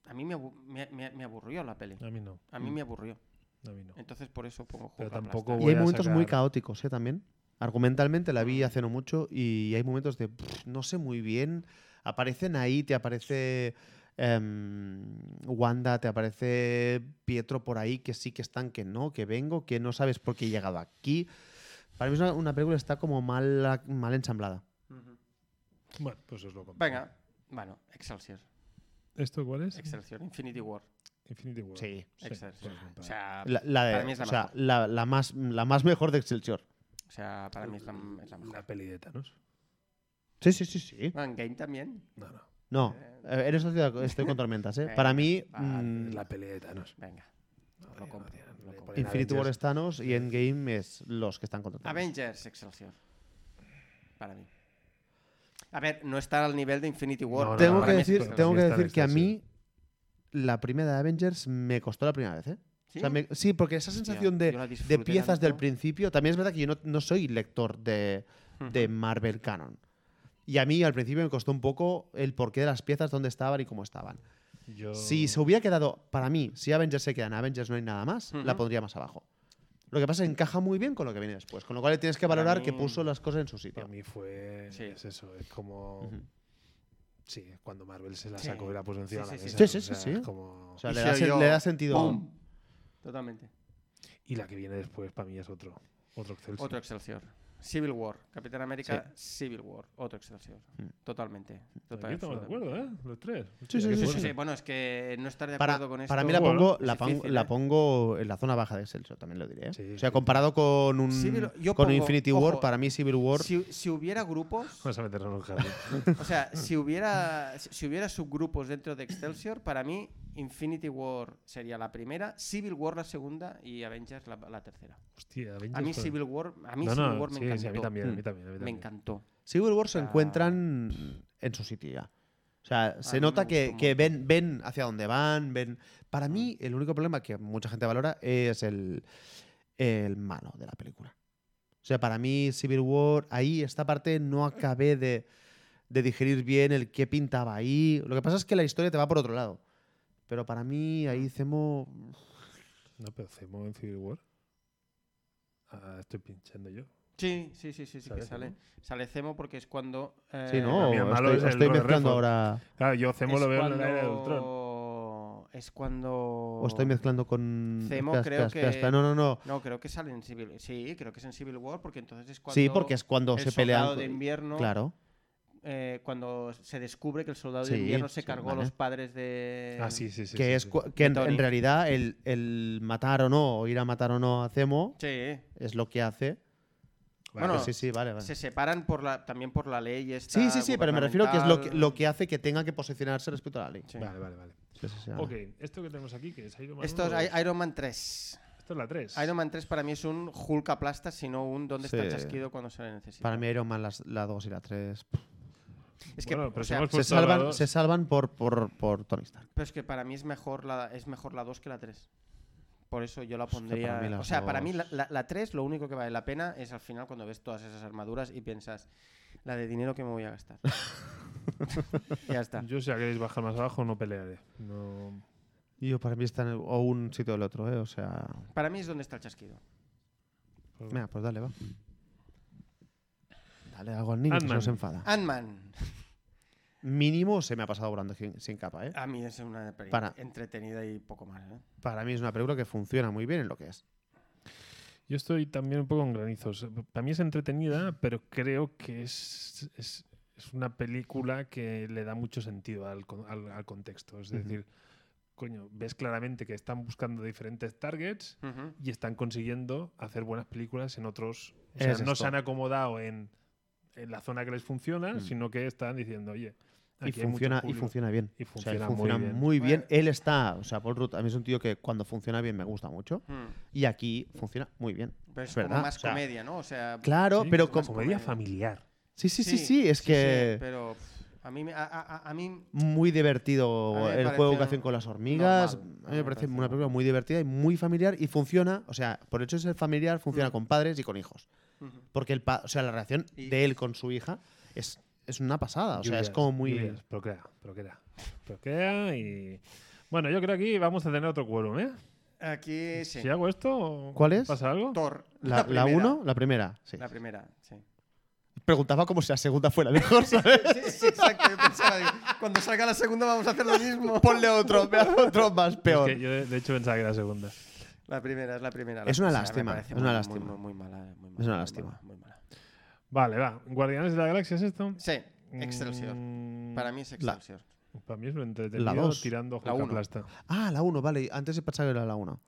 S3: A mí me, abu- me- me- me aburrió la peli.
S1: yo. A mí no. Mm,
S3: A
S2: Mm.
S3: mí me Eh. aburrió.
S1: A mí no.
S3: Entonces por eso pongo Hulk
S1: Pero
S3: aplasta.
S1: tampoco-
S2: Y
S1: voy
S2: hay
S1: a
S2: momentos muy Mm.
S1: sacar-
S2: caóticos, ¿eh? También. Argumentalmente la vi hace no mucho y hay momentos de. "Pff, no sé muy bien. Aparecen ahí, te aparece. em, Wanda, te aparece Pietro por ahí, que sí que están, que no, que vengo, que no sabes por qué he llegado aquí. Para mí es una, una película que está como mal, mal ensamblada.
S3: Ujú.
S1: Bueno, pues os lo compro.
S3: Venga, bueno, Excelsior.
S1: ¿Esto cuál es?
S3: Excelsior, Infinity War.
S1: Infinity War.
S2: Sí.
S3: Excelsior.
S1: pues comprar.
S3: O sea,
S2: La, la de-
S3: para mí es la
S2: o sea,
S3: mejor.
S2: la- la más, la más mejor de Excelsior.
S3: O sea, para mí es la, es la mejor.
S1: La peli de Thanos.
S2: Sí, sí, sí, sí.
S3: Ah, en Game también.
S1: No, no.
S2: No, eh, en eso estoy, estoy con tormentas, ¿eh? Para mí,
S3: Vale,
S2: mm,
S1: La peli de Thanos.
S3: Venga. lo compro.
S1: no,
S3: lo
S1: no,
S3: compro.
S1: no,
S2: Infinity War
S1: Avengers.
S2: es Thanos y Endgame es los que están contratados.
S3: Avengers Excelsior. Para mí. A ver, no está al nivel de Infinity War.
S1: No, no,
S2: tengo
S1: no,
S2: que
S1: no,
S2: decir,
S1: no, no,
S2: tengo
S1: sí
S2: que,
S1: está en
S2: decir que a mí
S1: extensión.
S2: la primera de Avengers me costó la primera vez. ¿eh?
S3: ¿Sí?
S2: O sea, me- sí, porque esa
S3: Hostia,
S2: sensación
S3: yo
S2: de,
S3: la
S2: de
S3: disfruté
S2: piezas
S3: tanto.
S2: del principio. También es verdad que yo no, no soy lector de, de Marvel Canon. Y a mí al principio me costó un poco el porqué de las piezas, dónde estaban y cómo estaban.
S1: Yo-
S2: Si se hubiera quedado, para mí, si Avengers se queda en Avengers no hay nada más, la
S3: Ujú.
S2: pondría más abajo. Lo que pasa es que encaja muy bien con lo que viene después, con lo cual tienes que
S3: Para
S2: valorar que
S3: mí-
S2: puso las cosas en su sitio.
S1: Para mí fue.
S3: Sí.
S1: Es eso, es como.
S2: Ujú.
S1: Sí, cuando Marvel se la
S3: Sí.
S1: sacó y la puso encima
S3: Sí,
S1: de la
S3: sí, sí.
S1: mesa.
S2: Sí,
S1: ¿no? O
S2: sí, sí,
S1: sea,
S2: sí.
S1: es como-
S2: O sea,
S3: Y
S2: le
S3: se
S2: da, sen-
S3: oyó,
S2: le da sentido.
S3: ¡Pum! Totalmente.
S1: Y la que viene después para mí es otro. Otro Excelsior.
S3: Otro Excelsior. Civil War. Capitán América, Civil War. Otro Excelsior.
S2: Mm.
S3: Totalmente.
S1: Aquí
S3: Total,
S1: estamos de
S3: absolutamente.
S1: acuerdo, ¿eh? Los tres.
S2: Sí, sí,
S1: Qué
S2: sí,
S3: Sí,
S1: fuerte.
S3: sí, bueno, es que no estar de
S2: Para,
S3: acuerdo con esto.
S2: para mí la
S1: Bueno,
S2: pongo,
S3: es
S2: la, pon-
S3: difícil,
S2: la
S3: ¿eh?
S2: pongo en la zona baja de Excelsior, también lo diré. ¿eh?
S1: Sí,
S2: o sea,
S1: sí.
S2: comparado con un
S3: Civil- yo
S2: con
S3: pongo-
S2: Infinity War,
S3: ojo,
S2: para mí Civil War.
S3: Si, si hubiera grupos,
S1: Vamos a meternos en un jardín.
S3: o sea, si hubiera, si si hubiera subgrupos dentro de Excelsior, para mí Infinity War sería la primera, Civil War la segunda y Avengers la, la tercera.
S1: Hostia,
S3: A
S1: Avengers
S3: mí
S1: con-
S3: Civil War, a mí
S1: No,
S3: Civil
S1: no,
S3: War me
S1: sí,
S3: encantó.
S1: sí, a mí también, a mí
S2: Mm.
S1: también. a mí
S3: Me
S1: también.
S3: encantó.
S2: Civil War se
S3: sea,
S2: encuentran en su sitio ya. O sea,
S3: mí
S2: se
S3: me
S2: nota que,
S3: gustó
S2: que
S3: mucho. Mm.
S2: ven, ven hacia dónde van, ven. Para mí, el único problema que mucha gente valora es el, el malo de la película. O sea, para mí, Civil War, ahí esta parte no acabé de, de digerir bien el qué pintaba ahí. Lo que pasa es que la historia te va por otro lado. Pero para mí,
S3: Ah.
S2: ahí Zemo.
S1: No, pero Zemo en Civil War. Ah, estoy pinchando yo.
S3: Sí, sí, sí, sí, sí
S1: ¿Sale
S3: que sale.
S1: Zemo?
S3: Sale Cemo porque es cuando. eh,
S2: Sí, ¿no?
S1: mí el malo
S2: Estoy,
S1: es el
S2: estoy
S1: Lord
S2: mezclando
S1: Redford.
S2: ahora.
S1: Claro, yo Zemo
S3: es
S1: lo veo en la era de Ultron.
S3: cuando... Es cuando.
S2: O estoy mezclando con.
S3: Zemo
S2: espera,
S3: creo
S2: espera,
S3: que-
S2: espera, espera. No, no, no.
S3: No, creo que sale en Civil Sí, creo que es en Civil War porque entonces es cuando.
S2: Sí, porque es cuando
S3: el
S2: se pelean.
S3: soldado de invierno
S2: Claro.
S3: eh, cuando se descubre que el soldado de
S2: Sí,
S3: invierno se
S2: sí,
S3: cargó
S2: vale.
S3: a los padres de.
S1: Ah, sí, sí, sí.
S2: que
S1: sí,
S2: es
S1: sí.
S2: cua- que en,
S3: Tony.
S2: en realidad el, el matar o no, o ir a matar o no a Zemo,
S3: Sí.
S2: es lo que hace.
S1: Vale.
S3: bueno,
S2: sí, sí, vale, vale.
S3: Se separan por la, también por la ley. Esta
S2: Sí, sí, sí, pero me refiero que es lo que,
S3: gubernamental.
S2: lo que hace que tenga que posicionarse respecto a la ley.
S3: Sí.
S1: Vale, vale, vale.
S2: Sí, sí, sí, vale.
S1: Ok, esto que tenemos aquí, que es Iron Man.
S3: Esto
S1: 1 o
S3: es I-
S1: 2?
S3: Iron Man 3.
S1: Esto es la 3.
S3: Iron Man 3 para mí es un Hulk aplasta, sino un dónde está el
S2: Sí.
S3: chasquido cuando se le necesita.
S2: Para mí Iron Man las- la 2 y la 3
S3: es que,
S1: Bueno, pero
S3: o sea,
S1: somos-
S2: se
S1: Pues toda la
S2: salvan,
S1: dos.
S2: se salvan por, por, por Tony Stark.
S3: pero es que para mí es mejor la, es mejor la 2 que la 3. Por eso yo la
S2: Hostia, para
S3: pondría.
S2: mí las
S3: o sea, para mí la,
S2: dos.
S3: la- la 3 lo único que vale la pena es al final cuando ves todas esas armaduras y piensas, la de dinero que me voy a gastar. ya está.
S1: Yo, si la queréis bajar más abajo, no pelearé. No.
S2: Y yo para mí están en- o un sitio o el otro, ¿eh? O sea...
S3: Para mí es donde está el chasquido.
S2: Mira, pues dale, va. Dale algo al niño que se
S1: Ant-Man.
S2: nos enfada.
S3: Ant-Man.
S2: Mínimo se me ha pasado volando sin, sin capa, ¿eh?
S3: A mí es una peli
S2: Para.
S3: entretenida y poco más. ¿eh?
S2: Para mí es una película que funciona muy bien en lo que es.
S1: Yo estoy también un poco en granizos. Para mí es entretenida, pero creo que es, es, es una película que le da mucho sentido al, con- al- al contexto. Es
S2: Ujú.
S1: decir, coño, ves claramente que están buscando diferentes targets
S3: Ujú.
S1: y están consiguiendo hacer buenas películas en otros. O sea,
S2: Es
S1: no
S2: esto.
S1: se han acomodado en, en la zona que les funciona,
S2: Mm.
S1: sino que están diciendo, oye,
S2: y
S1: aquí hay mucho
S2: funciona y
S1: público.
S2: funciona bien
S1: Y
S2: O sea, él
S1: funciona muy
S2: funciona
S1: bien.
S2: muy bien.
S3: Bueno.
S2: él está o sea Paul Rudd a mí es un tío que cuando funciona bien me gusta mucho
S3: Hmm.
S2: y aquí funciona muy bien
S3: Pero es
S2: Es
S3: como
S2: verdad,
S3: más
S2: o sea,
S3: comedia, ¿no? O sea,
S2: claro
S1: Sí,
S2: pero
S1: es una
S2: como-
S1: comedia familiar.
S2: sí, sí sí eh, sí es
S3: sí,
S2: que
S3: sí, pero pff, a mí, me- a, a- a- a mí
S2: muy
S3: A mí
S2: divertido
S3: me
S2: el
S3: parece
S2: juego que
S3: un-
S2: hacen con las hormigas
S3: normal.
S2: a mí me parece una película muy divertida y muy familiar y funciona o sea por el hecho de ser familiar funciona
S3: Mm.
S2: con padres y con hijos
S3: Ujú.
S2: porque el pa- o sea la relación
S3: Y-
S2: de él con su hija es es una pasada o sea es
S1: Lluvias,
S2: como muy
S1: lluvias, procrea, procrea. Procrea y. Bueno, yo creo que aquí vamos a tener otro quórum, ¿eh?
S3: aquí sí.
S1: Si hago esto.
S2: ¿Cuál es?
S1: ¿Pasa algo?
S3: Thor,
S2: la,
S3: primera.
S2: la uno la primera sí
S3: La primera, sí.
S2: preguntaba como si la segunda fuera mejor ¿sabes?
S3: Sí, sí, exacto. Yo pensaba, digo, cuando salga la segunda vamos a hacer lo mismo.
S2: Ponle otro, me hace otro más peor.
S1: Es que yo, de de hecho, pensaba que era la segunda.
S3: La primera es la primera.
S2: Es
S3: La- o sea,
S2: una
S3: me
S2: lástima,
S3: parece
S2: es una
S3: muy-
S2: lástima.
S3: Muy, muy, muy mala, muy mala.
S2: una
S3: muy
S2: lástima.
S3: mala, Muy mala.
S1: Vale, va. ¿Guardianes de la Galaxia es esto? Mm,
S3: Sí, Excelsior.
S2: Mm,
S3: Para mí es
S2: La-
S3: Excelsior.
S1: Para mí es lo entretenido
S2: La dos.
S1: tirando
S3: La uno.
S1: Hulkaplasta.
S2: Ah, la 1, vale. Antes he pensado que era la 1.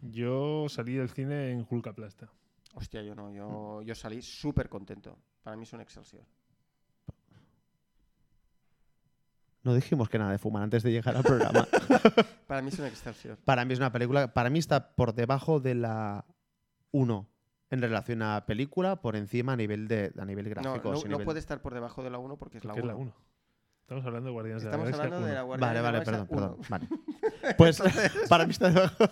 S1: Yo salí del cine en Hulkaplasta.
S3: Hostia, yo no. Yo, yo salí súper contento. Para mí es un Excelsior.
S2: No dijimos que nada de fumar antes de llegar al programa.
S3: Para mí es un excelsior.
S2: para mí es una película. Para mí está por debajo de la 1 en relación a película, por encima a nivel, de, a nivel
S3: No,
S2: gráfico.
S3: no,
S2: sí,
S3: no
S2: nivel-
S3: puede estar por debajo de la 1 porque es la
S1: que es la
S3: 1.
S1: 1. Estamos hablando de Guardianes
S3: Estamos
S1: de la
S3: hablando
S1: Galaxia
S3: de la
S1: 1.
S3: Guardia
S2: Vale,
S3: de la
S2: vale,
S3: Galaxia
S2: perdón, perdón.
S3: 1.
S2: Vale. Pues para mí está debajo.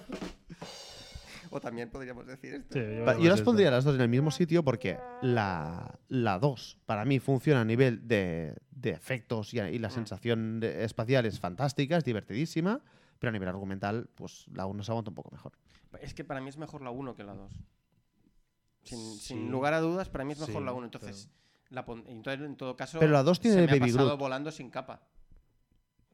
S3: O también podríamos decir esto.
S1: Sí, yo creo que
S2: Pa- Yo
S1: es
S2: las
S1: esta.
S2: pondría las dos en el mismo sitio porque la, la 2 para mí funciona a nivel de, de efectos y, a- y
S1: Mm.
S2: la sensación de- espacial es fantástica, es divertidísima, pero a nivel argumental, pues la 1 se aguanta un poco mejor.
S3: Es que para mí es mejor la 1 que la 2. Sin, sin
S1: Sí.
S3: lugar a dudas, para mí es mejor
S1: Sí,
S3: la 1. Entonces, la pon- entonces, en todo caso,
S2: Pero la dos tiene
S3: se me ha
S2: Baby
S3: pasado
S2: Groot.
S3: volando sin capa.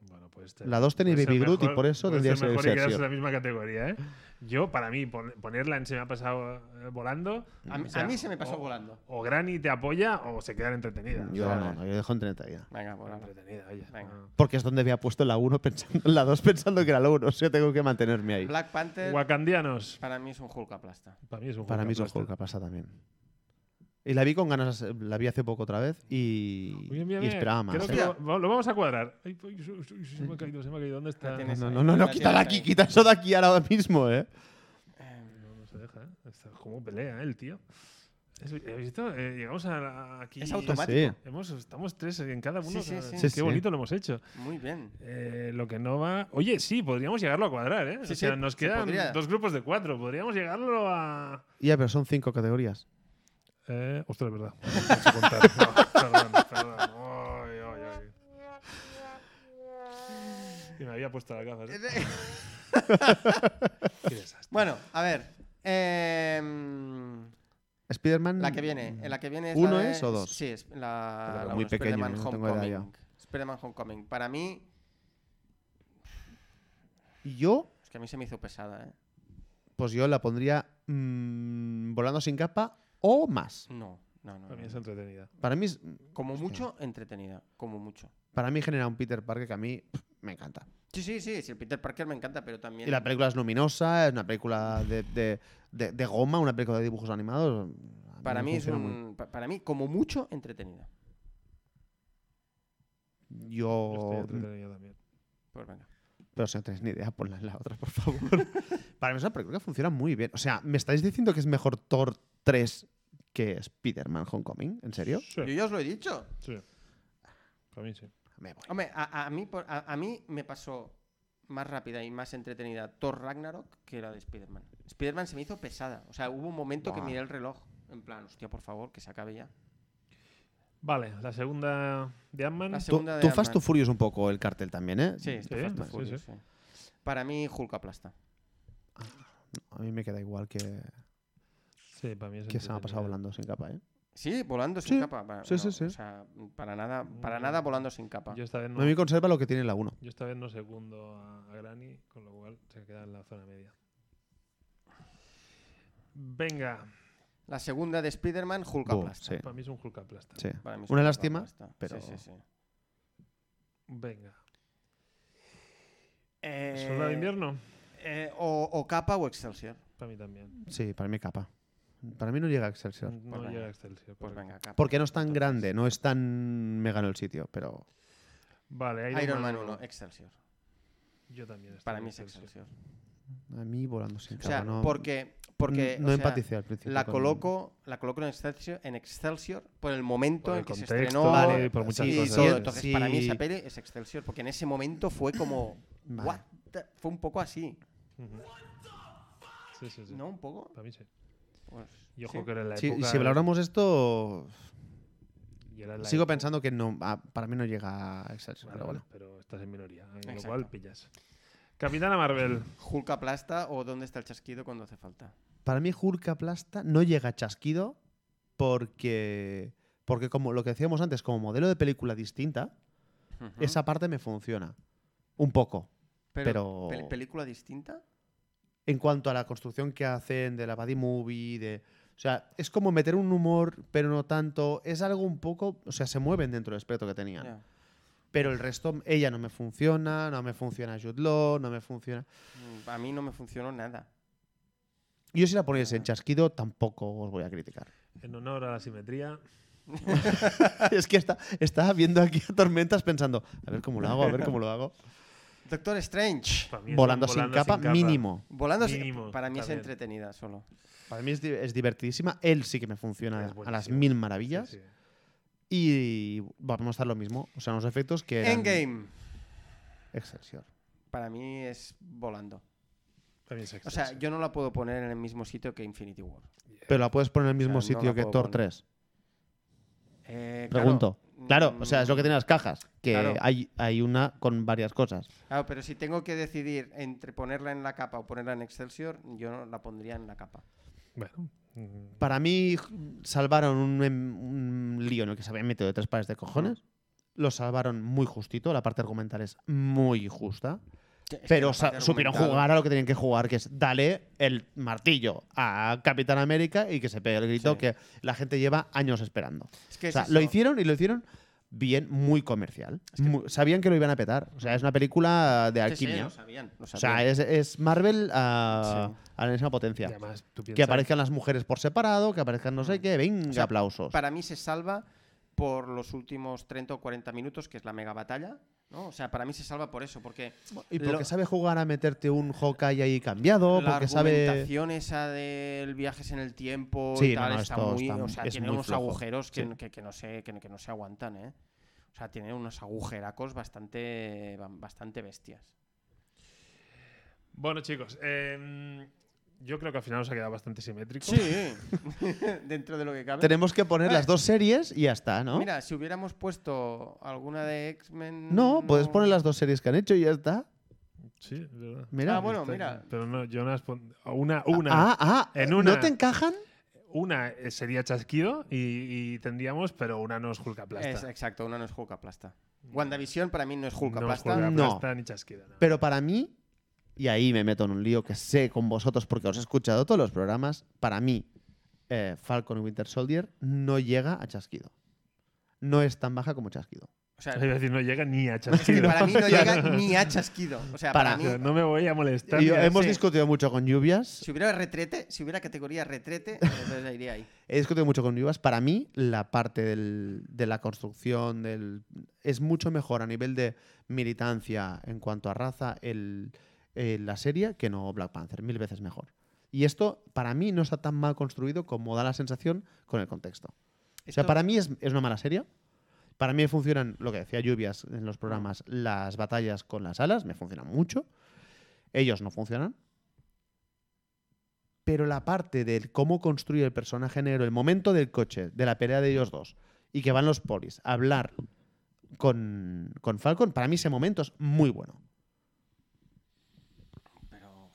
S1: Bueno, pues este-
S2: La 2 tenía
S1: puede ser
S2: Baby Groot y
S1: mejor-
S2: por eso
S1: puede
S2: tendría que
S1: ser
S2: ser
S1: mejor y quedarse en
S2: Excelsior.
S1: la misma categoría, ¿eh? Yo, para mí, pon- ponerla en Se me ha pasado eh, volando.
S3: A, mí-
S1: o sea,
S3: a mí se me pasó
S1: o-
S3: volando.
S1: O Granny te apoya o se quedan entretenidas.
S2: Yo
S1: O sea,
S2: no, no, yo dejo en 30 ya.
S3: Venga, pues, volando.
S1: entretenida, oye.
S3: Venga.
S1: no.
S2: Porque es donde había puesto la 1 pensando, la 2 pensando que era la 1, o sea, tengo que mantenerme ahí.
S3: Black Panther
S1: Wakandianos.
S3: para mí es un Hulk aplasta.
S1: Para mí es un
S2: Para mí es un
S1: Hulk
S2: juego que pasa también. Y la vi con ganas, la vi hace poco otra vez y,
S1: Bien, bien,
S2: y
S1: bien.
S2: esperaba más.
S1: Creo
S2: ¿eh?
S1: que lo, va- lo vamos a cuadrar. Ay, ay, su- su- su- se me ha caído, se me ha caído. ¿Dónde está?
S3: La
S1: No,
S3: tienes
S2: No,
S3: ahí,
S2: no, no, no,
S3: la
S2: quítala
S3: tienes
S2: aquí,
S3: ahí.
S2: quita eso de aquí ahora mismo, ¿eh?
S1: no se deja, ¿eh? Está como pelea, ¿eh? el tío. Es- ¿Has visto? Eh, llegamos a la- aquí.
S3: Es
S2: Sí,
S3: automático.
S2: sí.
S1: Hemos- estamos tres en cada uno.
S3: Sí, sí,
S1: cada-
S3: sí.
S1: Qué
S2: Sí, sí.
S1: bonito lo hemos hecho.
S3: Muy bien.
S1: Eh, lo que no va. Oye, sí, podríamos llegarlo a cuadrar, ¿eh?
S3: Sí,
S1: o sea,
S3: sí,
S1: nos
S3: se
S1: quedan
S3: podría.
S1: dos grupos de cuatro. Podríamos llegarlo a.
S2: Ya, pero son cinco categorías.
S1: Eh, ostras, es verdad. No sé contar. No, perdón, perdón. Ay, ay, ay. Y me había puesto la gafas. ¿eh? Qué desastre.
S3: bueno, a ver. em,
S2: Spider-Man.
S3: la que viene. eh, La que viene es
S2: ¿Uno
S3: la de-
S2: es o dos?
S3: Sí, es la,
S2: Claro,
S3: la
S2: muy
S3: uno,
S2: pequeño,
S3: Spider-Man
S2: yo no tengo edad
S3: Homecoming.
S2: ya.
S3: Spider-Man Homecoming. Para mí,
S2: Yo,
S3: es que a mí se me hizo pesada, ¿eh?
S2: pues yo la pondría mm, volando sin capa o más.
S3: No, no, no.
S1: Para mí
S3: no.
S1: es entretenida.
S2: Para mí, es-
S3: Como mucho, entretenida. Como mucho.
S2: para mí genera un Peter Parker que a mí pff, me encanta.
S3: Sí, sí, sí, sí, el Peter Parker me encanta, pero también.
S2: Y la película es luminosa, es una película de, de- de- de goma, una película de dibujos animados. a
S3: para
S2: me
S3: mí es
S2: funciona muy.
S3: un. pa- Para mí, como mucho, entretenida.
S1: Yo
S2: Yo.
S1: estoy entretenido también.
S3: Pues venga.
S2: Pero si no tenéis ni idea, ponla en la otra, por favor. para mí es una película que funciona muy bien. O sea, ¿me estáis diciendo que es mejor Thor 3 que Spider-Man Homecoming? ¿En serio?
S1: Sí,
S3: Yo ya os lo he dicho.
S1: sí. Para mí sí.
S2: Me voy.
S3: Hombre, a, a mí, por- a, a mí me pasó más rápida y más entretenida Thor Ragnarok que la de Spider-Man. Spider-Man se me hizo pesada. O sea, hubo un momento que
S2: Buah.
S3: miré el reloj. En plan, hostia, por favor, que se acabe ya.
S1: Vale, la segunda de Ant-Man.
S3: La
S2: Tú,
S3: segunda de
S2: tú Fast to
S3: Ant-Man.
S2: Furious un poco el cartel también, ¿eh?
S3: Sí, está
S1: Sí,
S3: Fast and
S1: sí,
S3: Furious, sí. Para mí, Hulk aplasta.
S2: A mí me queda igual que,
S1: Sí, para mí es
S2: que se me ha
S1: entretenida.
S2: pasado volando sin capa, ¿eh?
S3: Sí, volando sin
S2: Sí,
S3: capa. Para-
S2: sí, sí, sí. Mm.
S3: O sea, para nada, para nada volando sin capa.
S1: Yo esta vez no.
S2: A mí conserva lo que tiene la 1.
S1: Yo esta vez no segundo a, a Granny, con lo cual se queda en la zona media. Venga,
S3: La segunda de Spider-Man, Hulk
S2: Buh,
S3: aplasta.
S2: sí,
S1: para mí es un Hulk aplasta.
S2: sí.
S3: Para mí es
S2: Una
S3: Hulk
S2: lástima.
S3: aplasta. Sí,
S2: pero-
S3: sí, sí.
S1: Venga. ¿Soldado de
S3: Eh,
S1: invierno?
S3: eh, o, o capa o Excelsior.
S1: Para mí también.
S2: Sí, para mí capa. Para mí no llega a Excelsior.
S1: No
S3: venga.
S1: llega Excelsior.
S3: Pues
S1: correcto.
S3: venga, capa.
S2: Porque no es tan grande, no es tan. Me ganó el sitio, pero.
S1: Vale,
S3: Iron, Man 1, Excelsior.
S1: Yo también. estoy
S3: Para
S1: en
S3: mí es Excelsior.
S2: A mí volando sin
S3: O
S2: capa.
S3: sea,
S2: no,
S3: porque, porque
S2: no
S3: o sea,
S2: empaticé al principio.
S3: la
S2: con-
S3: coloco, la coloco en Excelsior, en Excelsior por el momento
S1: Por
S3: en
S1: el
S3: que
S1: contexto,
S3: se estrenó
S1: Vale,
S3: y
S1: por muchas
S2: sí,
S1: cosas.
S3: todo.
S2: sí,
S3: Entonces,
S2: sí.
S3: para mí esa peli es Excelsior, porque en ese momento fue como
S2: Vale.
S3: what the- fue un poco así,
S1: Ujú. Sí, sí, sí.
S3: ¿no? Un poco.
S1: Para mí sí.
S3: Pues,
S1: Yo
S3: sí.
S1: creo que era en la
S2: Sí, y
S1: época.
S2: si valoramos esto,
S1: y era en la
S2: sigo
S1: época-
S2: pensando que no, ah, para mí no llega a Excelsior.
S1: Vale,
S2: pero bueno.
S1: vale, pero estás en minoría, en lo
S3: Exacto.
S1: cual pillas. Capitana Marvel.
S3: Hulk aplasta o dónde está el chasquido cuando hace falta.
S2: Para mí, Hulk aplasta, no llega a chasquido porque, porque como lo que decíamos antes, como modelo de película distinta,
S3: Ujú.
S2: esa parte me funciona un poco. pero-
S3: pel- película distinta.
S2: En cuanto a la construcción que hacen de la body movie, de, o sea, es como meter un humor, pero no tanto. Es algo un poco, o sea, se mueven dentro del espectro que tenían.
S3: Ya,
S2: Pero el resto, ella no me funciona, no me funciona Jude Law, no me funciona.
S3: mm, A mí no me funcionó nada.
S2: Yo si la ponéis en chasquido, tampoco os voy a criticar.
S1: En honor a la simetría.
S2: es que está, está viendo aquí a tormentas pensando, a ver cómo lo hago, a ver cómo lo hago.
S3: Doctor Strange.
S1: Para mí es un
S2: Volando, sin, capa, mínimo.
S3: Volando sí,
S1: Mínimo,
S3: para mí es
S1: también.
S3: entretenida solo.
S2: Para mí es, di- es divertidísima. Él sí que me funciona
S1: Es
S2: a las
S1: buenísimo.
S2: mil
S1: Sí,
S2: maravillas.
S1: sí.
S2: Y vamos a estar lo mismo. O sea, unos efectos que. eran
S3: Endgame.
S2: Excelsior.
S3: Para mí es volando.
S1: También es
S3: O sea,
S1: excelso.
S3: yo no la puedo poner en el mismo sitio que Infinity War.
S2: Pero la puedes poner en el mismo
S3: no
S2: sitio
S3: la
S2: que
S3: puedo
S2: Thor
S3: poner.
S2: 3.
S3: Eh, claro,
S2: Pregunto. Claro,
S3: mm,
S2: o sea, es lo que tienen las cajas. Que
S3: Claro.
S2: hay, hay una con varias cosas.
S3: Claro, pero si tengo que decidir entre ponerla en la capa o ponerla en Excelsior, yo no la pondría en la capa.
S1: Bueno, mm,
S2: Para mí, salvaron un, em, un lío en el que se habían metido de tres pares de cojones. Lo salvaron muy justito. La parte argumental es muy justa.
S3: Es que
S2: Pero
S3: la parte
S2: sa- supieron
S3: argumental-
S2: jugar a lo que tenían que jugar, que es dale el martillo a Capitán América y que se pegue el grito
S3: Sí.
S2: que la gente lleva años esperando.
S3: Es que
S2: O
S3: es
S2: sea,
S3: eso.
S2: lo hicieron y lo hicieron bien, muy comercial. Mu- sabían que lo iban a petar. O sea, es una película de
S3: Sí, sí,
S2: alquimia.
S3: lo sabían. lo
S2: o sea,
S3: sabían.
S2: es, es Marvel a, a la misma
S1: y
S2: potencia.
S1: además, tú
S2: que
S1: piensas-
S2: aparezcan las mujeres por separado, que aparezcan no sé qué, venga,
S3: Ah. O sea,
S2: aplausos.
S3: Para mí se salva por los últimos 30 o 40 minutos, que es la mega batalla. ¿no? O sea, para mí se salva por eso, porque
S2: Y porque
S3: lo-
S2: sabe jugar a meterte un Hawkeye ahí cambiado,
S3: la
S2: porque sabe...
S3: argumentación esa del viajes en el tiempo
S2: Sí,
S3: y
S2: no,
S3: tal
S2: no,
S3: está
S2: esto
S3: muy.
S2: está-
S3: o sea,
S2: es
S3: tiene
S2: muy
S3: unos
S2: flojo.
S3: agujeros que,
S2: Sí.
S3: que- que no se, que, que no se aguantan, ¿eh? O sea, tiene unos agujeracos bastante, bastante bestias.
S1: Bueno, chicos, em, yo creo que al final nos ha quedado bastante simétrico.
S3: Sí, dentro de lo que cabe.
S2: Tenemos que poner
S3: Eh.
S2: las dos series y ya está, ¿no?
S3: Mira, si hubiéramos puesto alguna de X-Men.
S2: No, puedes poner las dos series que han hecho y ya está.
S1: Sí, es verdad.
S2: Mira.
S3: Ah, bueno,
S1: Está-
S3: mira.
S1: Pero no, yo no has pon- Una, una.
S2: Ah, ah,
S1: En
S2: ¿no
S1: una.
S2: te encajan?
S1: Una eh, sería chasquido y, y tendríamos, pero una no es Hulkaplasta.
S3: Es- exacto, una no es Hulkaplasta. WandaVision para mí no es
S1: No es
S3: Hulkaplasta.
S1: Hulkaplasta ni chasquida. no.
S2: Pero para mí, y ahí me meto en un lío que sé con vosotros porque os he escuchado todos los programas, para mí eh, Falcon y Winter Soldier no llega a Chasquido. No es tan baja como Chasquido.
S3: o sea,
S1: Iba a decir, no llega ni a
S3: es que
S1: chasquido.
S3: para mí no llega ni a chasquido. O sea, para,
S2: Para-
S3: mí.
S1: Yo No me voy a molestar.
S2: Y
S1: ni a-
S2: hemos
S3: sí.
S2: discutido mucho con lluvias.
S3: Si hubiera retrete, si hubiera categoría retrete, entonces ya iría ahí.
S2: He discutido mucho con lluvias. Para mí, la parte del- de la construcción del, es mucho mejor a nivel de militancia en cuanto a raza el, eh, la serie que no Black Panther. Mil veces mejor. Y esto, para mí, no está tan mal construido como da la sensación con el contexto. O sea,
S3: Esto-
S2: para mí es, es una mala serie. Para mí funcionan, lo que decía Lluvias en los programas, las batallas con las alas, me funcionan mucho. Ellos no funcionan. Pero la parte del cómo construir el personaje negro, el momento del coche, de la pelea de ellos dos, y que van los polis a hablar con, con Falcon, para mí ese momento es muy bueno.
S3: Pero.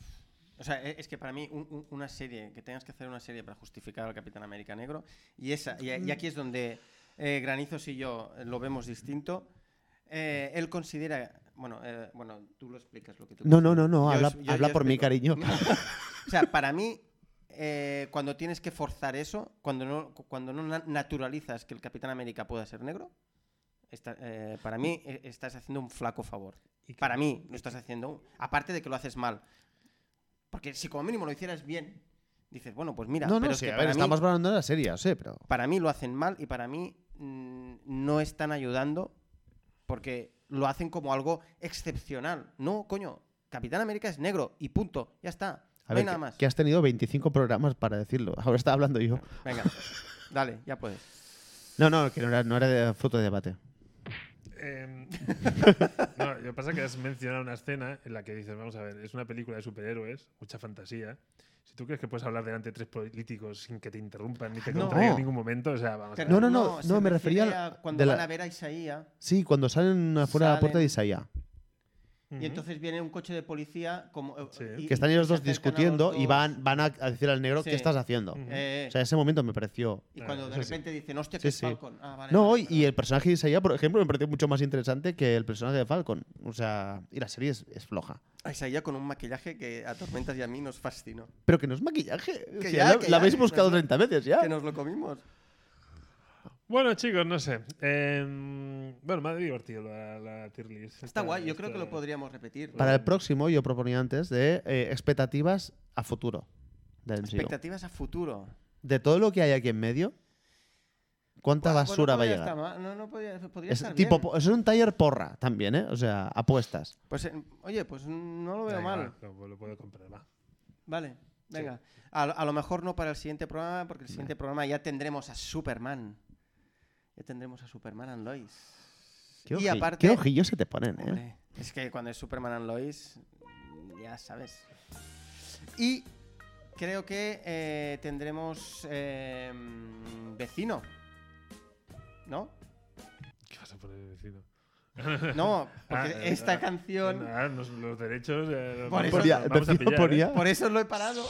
S3: O sea, e- es que para mí un- un- una serie, que tengas que hacer una serie para justificar al Capitán América Negro, y esa, y, y aquí es donde eh, Granizos y yo eh, lo vemos distinto. Eh, él considera. Bueno, eh, bueno, tú lo explicas lo que tú
S2: No, no, no,
S3: consideras. Yo
S2: no, habla,
S3: es- yo-
S2: habla
S3: yo
S2: por mí,
S3: explico.
S2: cariño.
S3: o sea, para mí, eh, cuando tienes que forzar eso, cuando no, cu- cuando no na- naturalizas que el Capitán América pueda ser negro, está- eh, para mí eh, estás haciendo un flaco favor. Para mí lo estás haciendo, un- aparte de que lo haces mal. Porque si como mínimo lo hicieras bien, dices, bueno, pues mira,
S2: No,
S3: pero
S2: no,
S3: es
S2: sí,
S3: que
S2: a ver,
S3: para, mí,
S2: estamos hablando de la serie, ya sé, pero...
S3: para mí lo hacen mal y para mí mm, no están ayudando porque lo hacen como algo excepcional. No, coño, Capitán América es negro y punto, ya está.
S2: A
S3: no
S2: ver,
S3: hay nada
S2: que-
S3: más.
S2: que has tenido 25 programas para decirlo. Ahora está hablando yo.
S3: Venga, dale, ya puedes.
S2: No, no, que no era, no era de- fruto de debate.
S1: Em, no, lo que pasa es que has mencionado una escena en la que dices, vamos a ver, es una película de superhéroes, mucha fantasía. Si tú crees que puedes hablar delante de tres políticos sin que te interrumpan ni te
S3: No.
S1: contradigan en ningún momento, o sea, vamos a ver.
S2: No, no, no,
S3: se
S2: no, me
S3: refiere
S2: refería
S3: a cuando
S2: de la-
S3: van a ver a Isaías
S2: Sí, cuando salen afuera de la puerta de Isaías,
S1: Ujú.
S3: y entonces viene un coche de policía como eh,
S1: Sí.
S3: y-
S2: que están
S3: y
S2: ellos
S3: se acercan a
S2: dos
S3: los
S2: discutiendo y
S3: dos,
S2: van, van a a decir al negro
S3: Sí.
S2: qué estás haciendo.
S1: Ujú. Eh,
S3: eh,
S2: O sea, ese momento me pareció...
S3: y cuando de
S1: Eso sí.
S3: repente dicen, hostia, que
S2: Sí,
S3: es
S2: sí.
S3: Falcon. Ah, vale,
S2: No,
S3: vale,
S2: y,
S3: perdón.
S2: y el personaje de Isaías, por ejemplo, me pareció mucho más interesante que el personaje de Falcon. O sea, y la serie es, es floja.
S3: A Isaías con un maquillaje que a Tormentas y a mí nos fascinó.
S2: Pero que no es maquillaje. O
S3: Que
S2: sea,
S3: ya,
S2: la,
S3: que
S2: la
S3: ya,
S2: habéis
S3: que
S2: buscado
S3: no-
S2: 30 veces ya.
S3: Que nos lo comimos.
S1: Bueno, chicos, no sé. Em, bueno, me ha divertido la, la tier list.
S3: Está guay, yo creo que lo podríamos repetir.
S2: Para el próximo yo proponía antes de eh, expectativas a futuro. del MCU.
S3: Expectativas a futuro.
S2: de todo lo que hay aquí en medio, ¿Cuánta
S3: Bueno,
S2: basura va a
S3: podría
S2: llegar?
S3: estar ma- No, no podría, podría
S2: Es,
S3: estar
S2: tipo,
S3: bien.
S2: po- es un taller porra también, ¿eh? O sea, apuestas.
S3: Pues, eh, oye, pues no lo veo
S1: Venga,
S3: mal.
S1: va, Lo, lo puedo comprar, va.
S3: Vale, venga. A, lo- a lo mejor no para el siguiente programa, porque el siguiente programa ya tendremos a Superman. Ya tendremos a Superman and Lois.
S2: Qué,
S3: Y
S2: oji-
S3: aparte-
S2: qué ojillos se te ponen, ¿eh?
S3: Hombre, es que cuando es Superman and Lois, ya sabes. Y creo que eh, tendremos eh, vecino. ¿No?
S1: ¿Qué vas a poner vecino?
S3: No, porque
S1: Ah,
S3: esta
S1: ah,
S3: canción...
S1: Ah, nos- los derechos. eh,
S3: Por
S1: vamos-
S3: eso- Ponía-
S1: vamos a
S2: vecino
S1: pillar, ¿eh?
S3: Por eso lo he parado.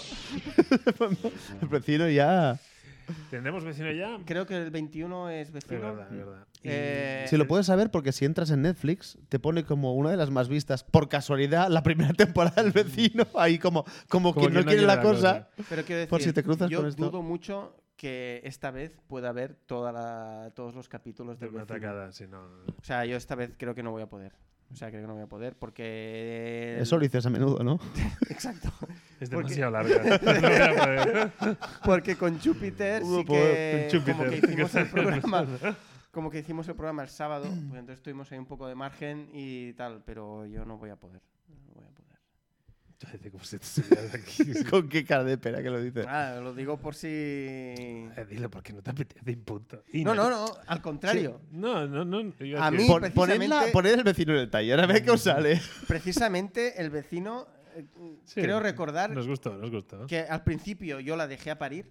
S2: El vecino ya.
S1: ¿Tendremos vecino ya?
S3: Creo que el 21 es
S1: Es
S3: vecino.
S1: verdad, es verdad. Y-
S3: Eh,
S2: Si lo puedes saber, porque si entras en Netflix, te pone como una de las más vistas, por casualidad, la primera temporada del vecino, ahí como, como,
S1: Como
S2: quien no quiere la cosa.
S3: Pero quiero decir,
S2: Por si te cruzas
S3: yo
S2: con esto.
S3: dudo mucho que esta vez pueda ver toda la- todos los capítulos
S1: De
S3: del
S1: una
S3: vecino.
S1: atacada, si no.
S3: O sea, yo esta vez creo que no voy a poder. O sea, creo que no voy a poder porque...
S2: Eso lo dices a menudo, ¿no?
S3: Exacto.
S1: Es
S3: Porque-
S1: demasiado larga. No voy a poder.
S3: Porque con Júpiter
S1: Hubo
S3: sí que...
S1: poder con
S3: Como que
S1: Júpiter.
S3: hicimos el programa... Como que hicimos el programa el sábado, pues entonces tuvimos ahí un poco de margen y tal, pero yo no voy a poder. No voy a poder.
S1: Parece como si te estuvieras aquí.
S2: Con qué cara de pera que lo dices.
S3: Ah, lo digo por si...
S1: Eh, Dilo porque no te apetece y punto. Y
S3: No, no, no, al contrario.
S1: No, no, no. iba
S3: A
S1: decir-
S3: mí-
S2: Pon- poned, la-
S3: precisamente-
S2: poned el vecino en el taller, a ver qué os sale.
S3: Precisamente el vecino, eh,
S1: Sí,
S3: creo recordar
S1: Nos gustó, nos gustó.
S3: que al principio yo la dejé a parir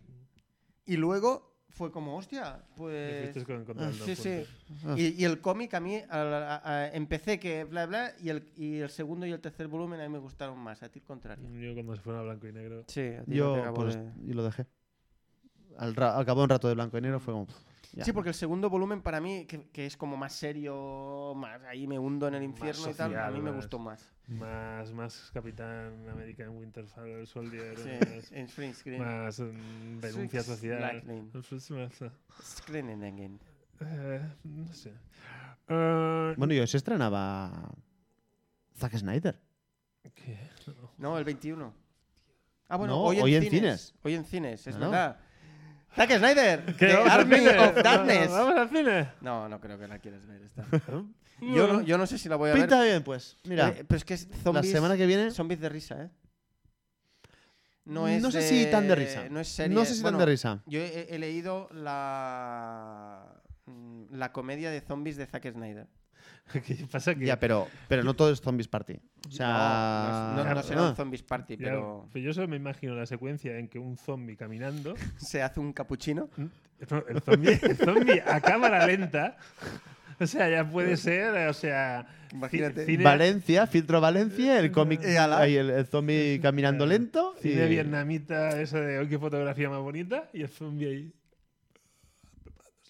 S3: y luego fue como, hostia, pues...
S1: Fuiste con- contando
S3: sí, sí.
S1: puntos.
S3: Y, y el cómic a mí al- a- a- empecé que bla bla y el, y el segundo y el tercer volumen a mí me gustaron más, a ti el contrario.
S1: Yo cuando se fueron a blanco y negro.
S3: Sí, a ti no te
S2: Yo,
S3: acabo
S2: pues,
S3: de-
S2: yo lo dejé. Al, ra- al cabo de un rato de blanco y negro fue como. pff, ya.
S3: Sí, porque el segundo volumen para mí, que, que es como más serio, más ahí me hundo en el
S1: Más
S3: infierno y tal, a
S1: social,
S3: mí me
S1: más-
S3: gustó más.
S1: Más, más Capitán América en Winterfell Soldier.
S3: Sí,
S1: más-
S3: en Screen Screen.
S1: Más mm, denuncia
S3: Six
S1: social. Pues,
S3: Lightning. Screen and Again.
S1: Eh, no sé. Eh,
S2: Bueno, yo se estrenaba. Zack Snyder.
S1: ¿qué? No.
S3: No, el 21. Ah, bueno,
S2: No,
S3: hoy, en,
S2: hoy en
S3: cines.
S2: cines.
S3: Hoy en cines, es
S2: Ah, no.
S3: verdad. Zack Snyder, The
S1: ¿Vamos al
S3: Army
S1: cine?
S3: of Darkness.
S1: Vamos al cine.
S3: No, no creo que la quieras ver esta.
S1: Mm.
S3: Yo no, yo no sé si la voy a ver.
S2: Pinta bien, pues. Mira,
S3: Eh, pero es que es zombies,
S2: la semana que viene.
S3: zombies de risa, ¿eh?
S2: no sé si tan de risa.
S3: No es serie.
S2: No sé si
S3: Bueno,
S2: tan de risa.
S3: Yo he, he leído la mm, la comedia de zombies de Zack Snyder.
S1: ¿Qué pasa? Que
S2: Ya, pero, pero no todo es Zombies Party. O sea.
S3: no, no, no
S1: no,
S3: será
S2: Ah.
S3: un zombies party,
S1: Ya,
S3: pero
S1: pero pues yo solo me imagino la secuencia en que un zombie caminando.
S3: se hace un capuchino.
S1: no, El zombie, el zombie a cámara lenta. O sea, ya puede ser. O sea. ci-
S3: Imagínate.
S1: Cine, Eh,
S2: Valencia, filtro Valencia, el cómic.
S3: Y ala.
S2: ahí el, el zombie caminando lento. Y,
S1: cine vietnamita, eso de hoy qué fotografía más bonita. Y el zombie ahí.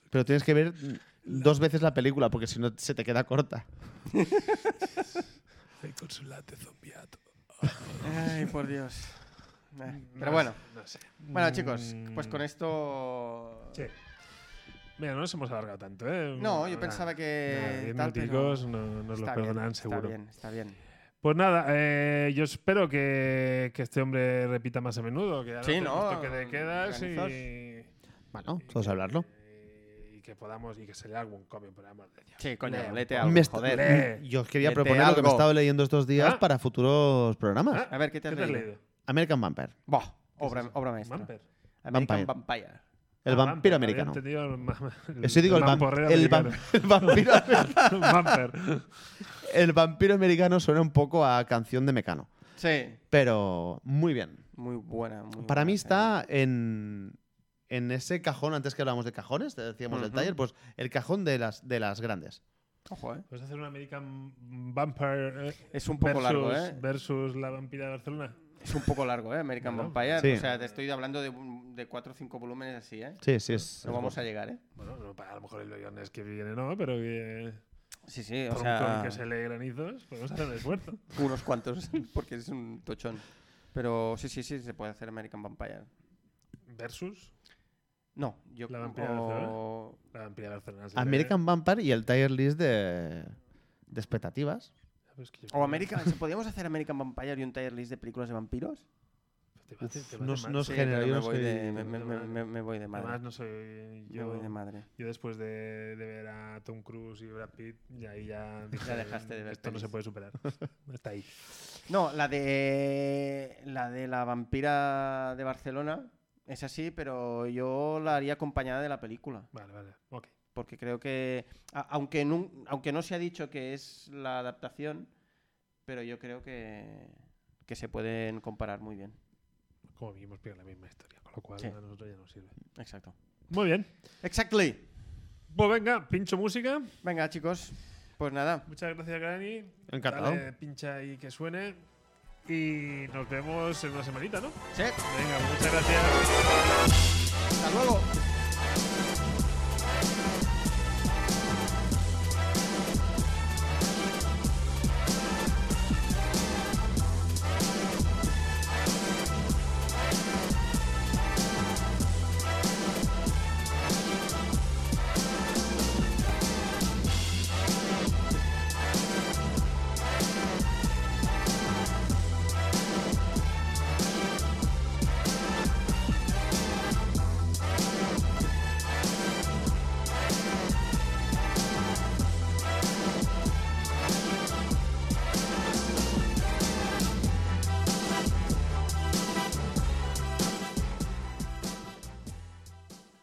S2: pero tienes que ver dos veces la película, porque si no se te queda corta.
S1: ahí con su late zombiato.
S3: Ay, por Dios. Eh,
S1: No
S3: Pero bueno,
S1: sé, no sé.
S3: bueno chicos,
S1: Mm,
S3: pues con esto...
S1: Sí. Mira, no nos hemos alargado tanto, ¿eh?
S3: No, yo pensaba que...
S1: Diez
S3: tal, pero
S1: minuticos no, nos lo
S3: está bien,
S1: perdonan seguro.
S3: Está bien, está bien.
S1: Pues nada, eh, yo espero que, que este hombre repita más a menudo, que ya
S3: Sí,
S1: no, tenemos
S3: ¿no?
S1: toque de quedas
S3: Organizos.
S1: y,
S2: Bueno, todos hablarlo.
S1: y que podamos y que se lea algún cómic, por amor de Dios.
S3: Sí, coño,
S1: Leo,
S3: lete
S1: por
S3: algo,
S2: Me est-
S3: joder.
S1: Lee.
S2: Yo os quería
S3: Vete
S2: proponer lo que me he
S3: algo.
S2: estado leyendo estos días
S1: Ah.
S2: para futuros programas.
S1: Ah,
S3: A ver, ¿qué
S1: ¿Qué
S3: te has
S1: te has
S3: leído?
S1: leído?
S2: American Vampire,
S3: Buah, obra, obra maestra.
S1: Vampire.
S3: American
S2: Vampire.
S3: Vampire.
S2: el
S1: Ah,
S2: vampiro
S1: Vampire,
S2: americano.
S1: había entendido el ma- el-
S2: Eso digo, el,
S1: el
S2: vam-
S1: mamporrero
S2: el
S1: americano.
S2: vam- el vampiro,
S1: Vampire.
S2: el vampiro americano suena un poco a canción de Mecano,
S3: Sí,
S2: pero muy bien.
S3: muy buena. muy
S2: Para
S3: buena
S2: mí
S3: serie.
S2: está en, en ese cajón, antes que hablábamos de cajones, te decíamos del
S3: Ujú.
S2: taller, pues el cajón de las, de las grandes.
S3: Ojo, eh.
S1: ¿Vas a hacer un American Vampire eh,
S3: Es un poco
S1: versus,
S3: largo, ¿eh?
S1: versus la vampira de Barcelona?
S3: Es un poco largo, ¿eh? American
S1: Bueno,
S3: Vampire.
S2: sí.
S3: O sea, te estoy hablando de, un- de 4 o 5 volúmenes así, ¿eh?
S2: Sí, sí, es.
S3: No vamos a llegar, ¿eh?
S1: Bueno, no, para- a lo mejor el guion es que viene, no, pero que...
S3: Sí, sí, o
S1: por un cómic
S3: sea,
S1: que se lee granizos, podemos hacer un esfuerzo.
S3: unos cuantos, porque es un tochón. Pero sí, sí, sí, se puede hacer American Vampire.
S1: Versus
S3: No, yo
S1: La
S3: creo
S1: vampira de Barcelona. la vampira de Barcelona.
S3: ¿eh?
S1: se lee-
S2: American Vampire y el tier list de, de expectativas.
S1: Ah, pues que yo
S3: O
S1: creo-
S3: American, ¿se podíamos hacer American Vampire y un tier list de películas de vampiros?
S1: Te vas- te vas de
S2: no-
S1: ma-
S2: no
S1: Sí,
S2: sé. género,
S3: pero
S2: yo
S3: me,
S2: no
S3: voy
S2: soy-
S3: de, me, me- me- me- me voy de
S1: Además,
S3: madre.
S1: no soy.
S3: Me
S1: Yo,
S3: voy de madre.
S1: yo después de, de ver a Tom Cruise y Brad Pitt, y ahí ya dije,
S3: dejaste de ver
S1: Esto no se puede
S3: pelis".
S1: superar. Está ahí.
S3: No, la de la de la vampira de Barcelona es así, pero yo la haría acompañada de la película,
S1: Vale, vale. Ok.
S3: porque creo que a- aunque nun- aunque no se ha dicho que es la adaptación, pero yo creo que que se pueden comparar muy bien.
S1: Como vimos, pierde la misma historia, con lo cual
S3: Sí.
S1: a nosotros ya nos sirve.
S3: Exacto.
S1: Muy bien.
S3: Exactly.
S1: Pues venga, pincho música.
S3: Venga, chicos, pues nada.
S1: Muchas gracias, Granny.
S2: Encantado.
S1: Dale, pincha y que suene. Y nos vemos en una semanita, ¿no?
S3: Sí,
S1: Venga, muchas gracias.
S3: hasta luego.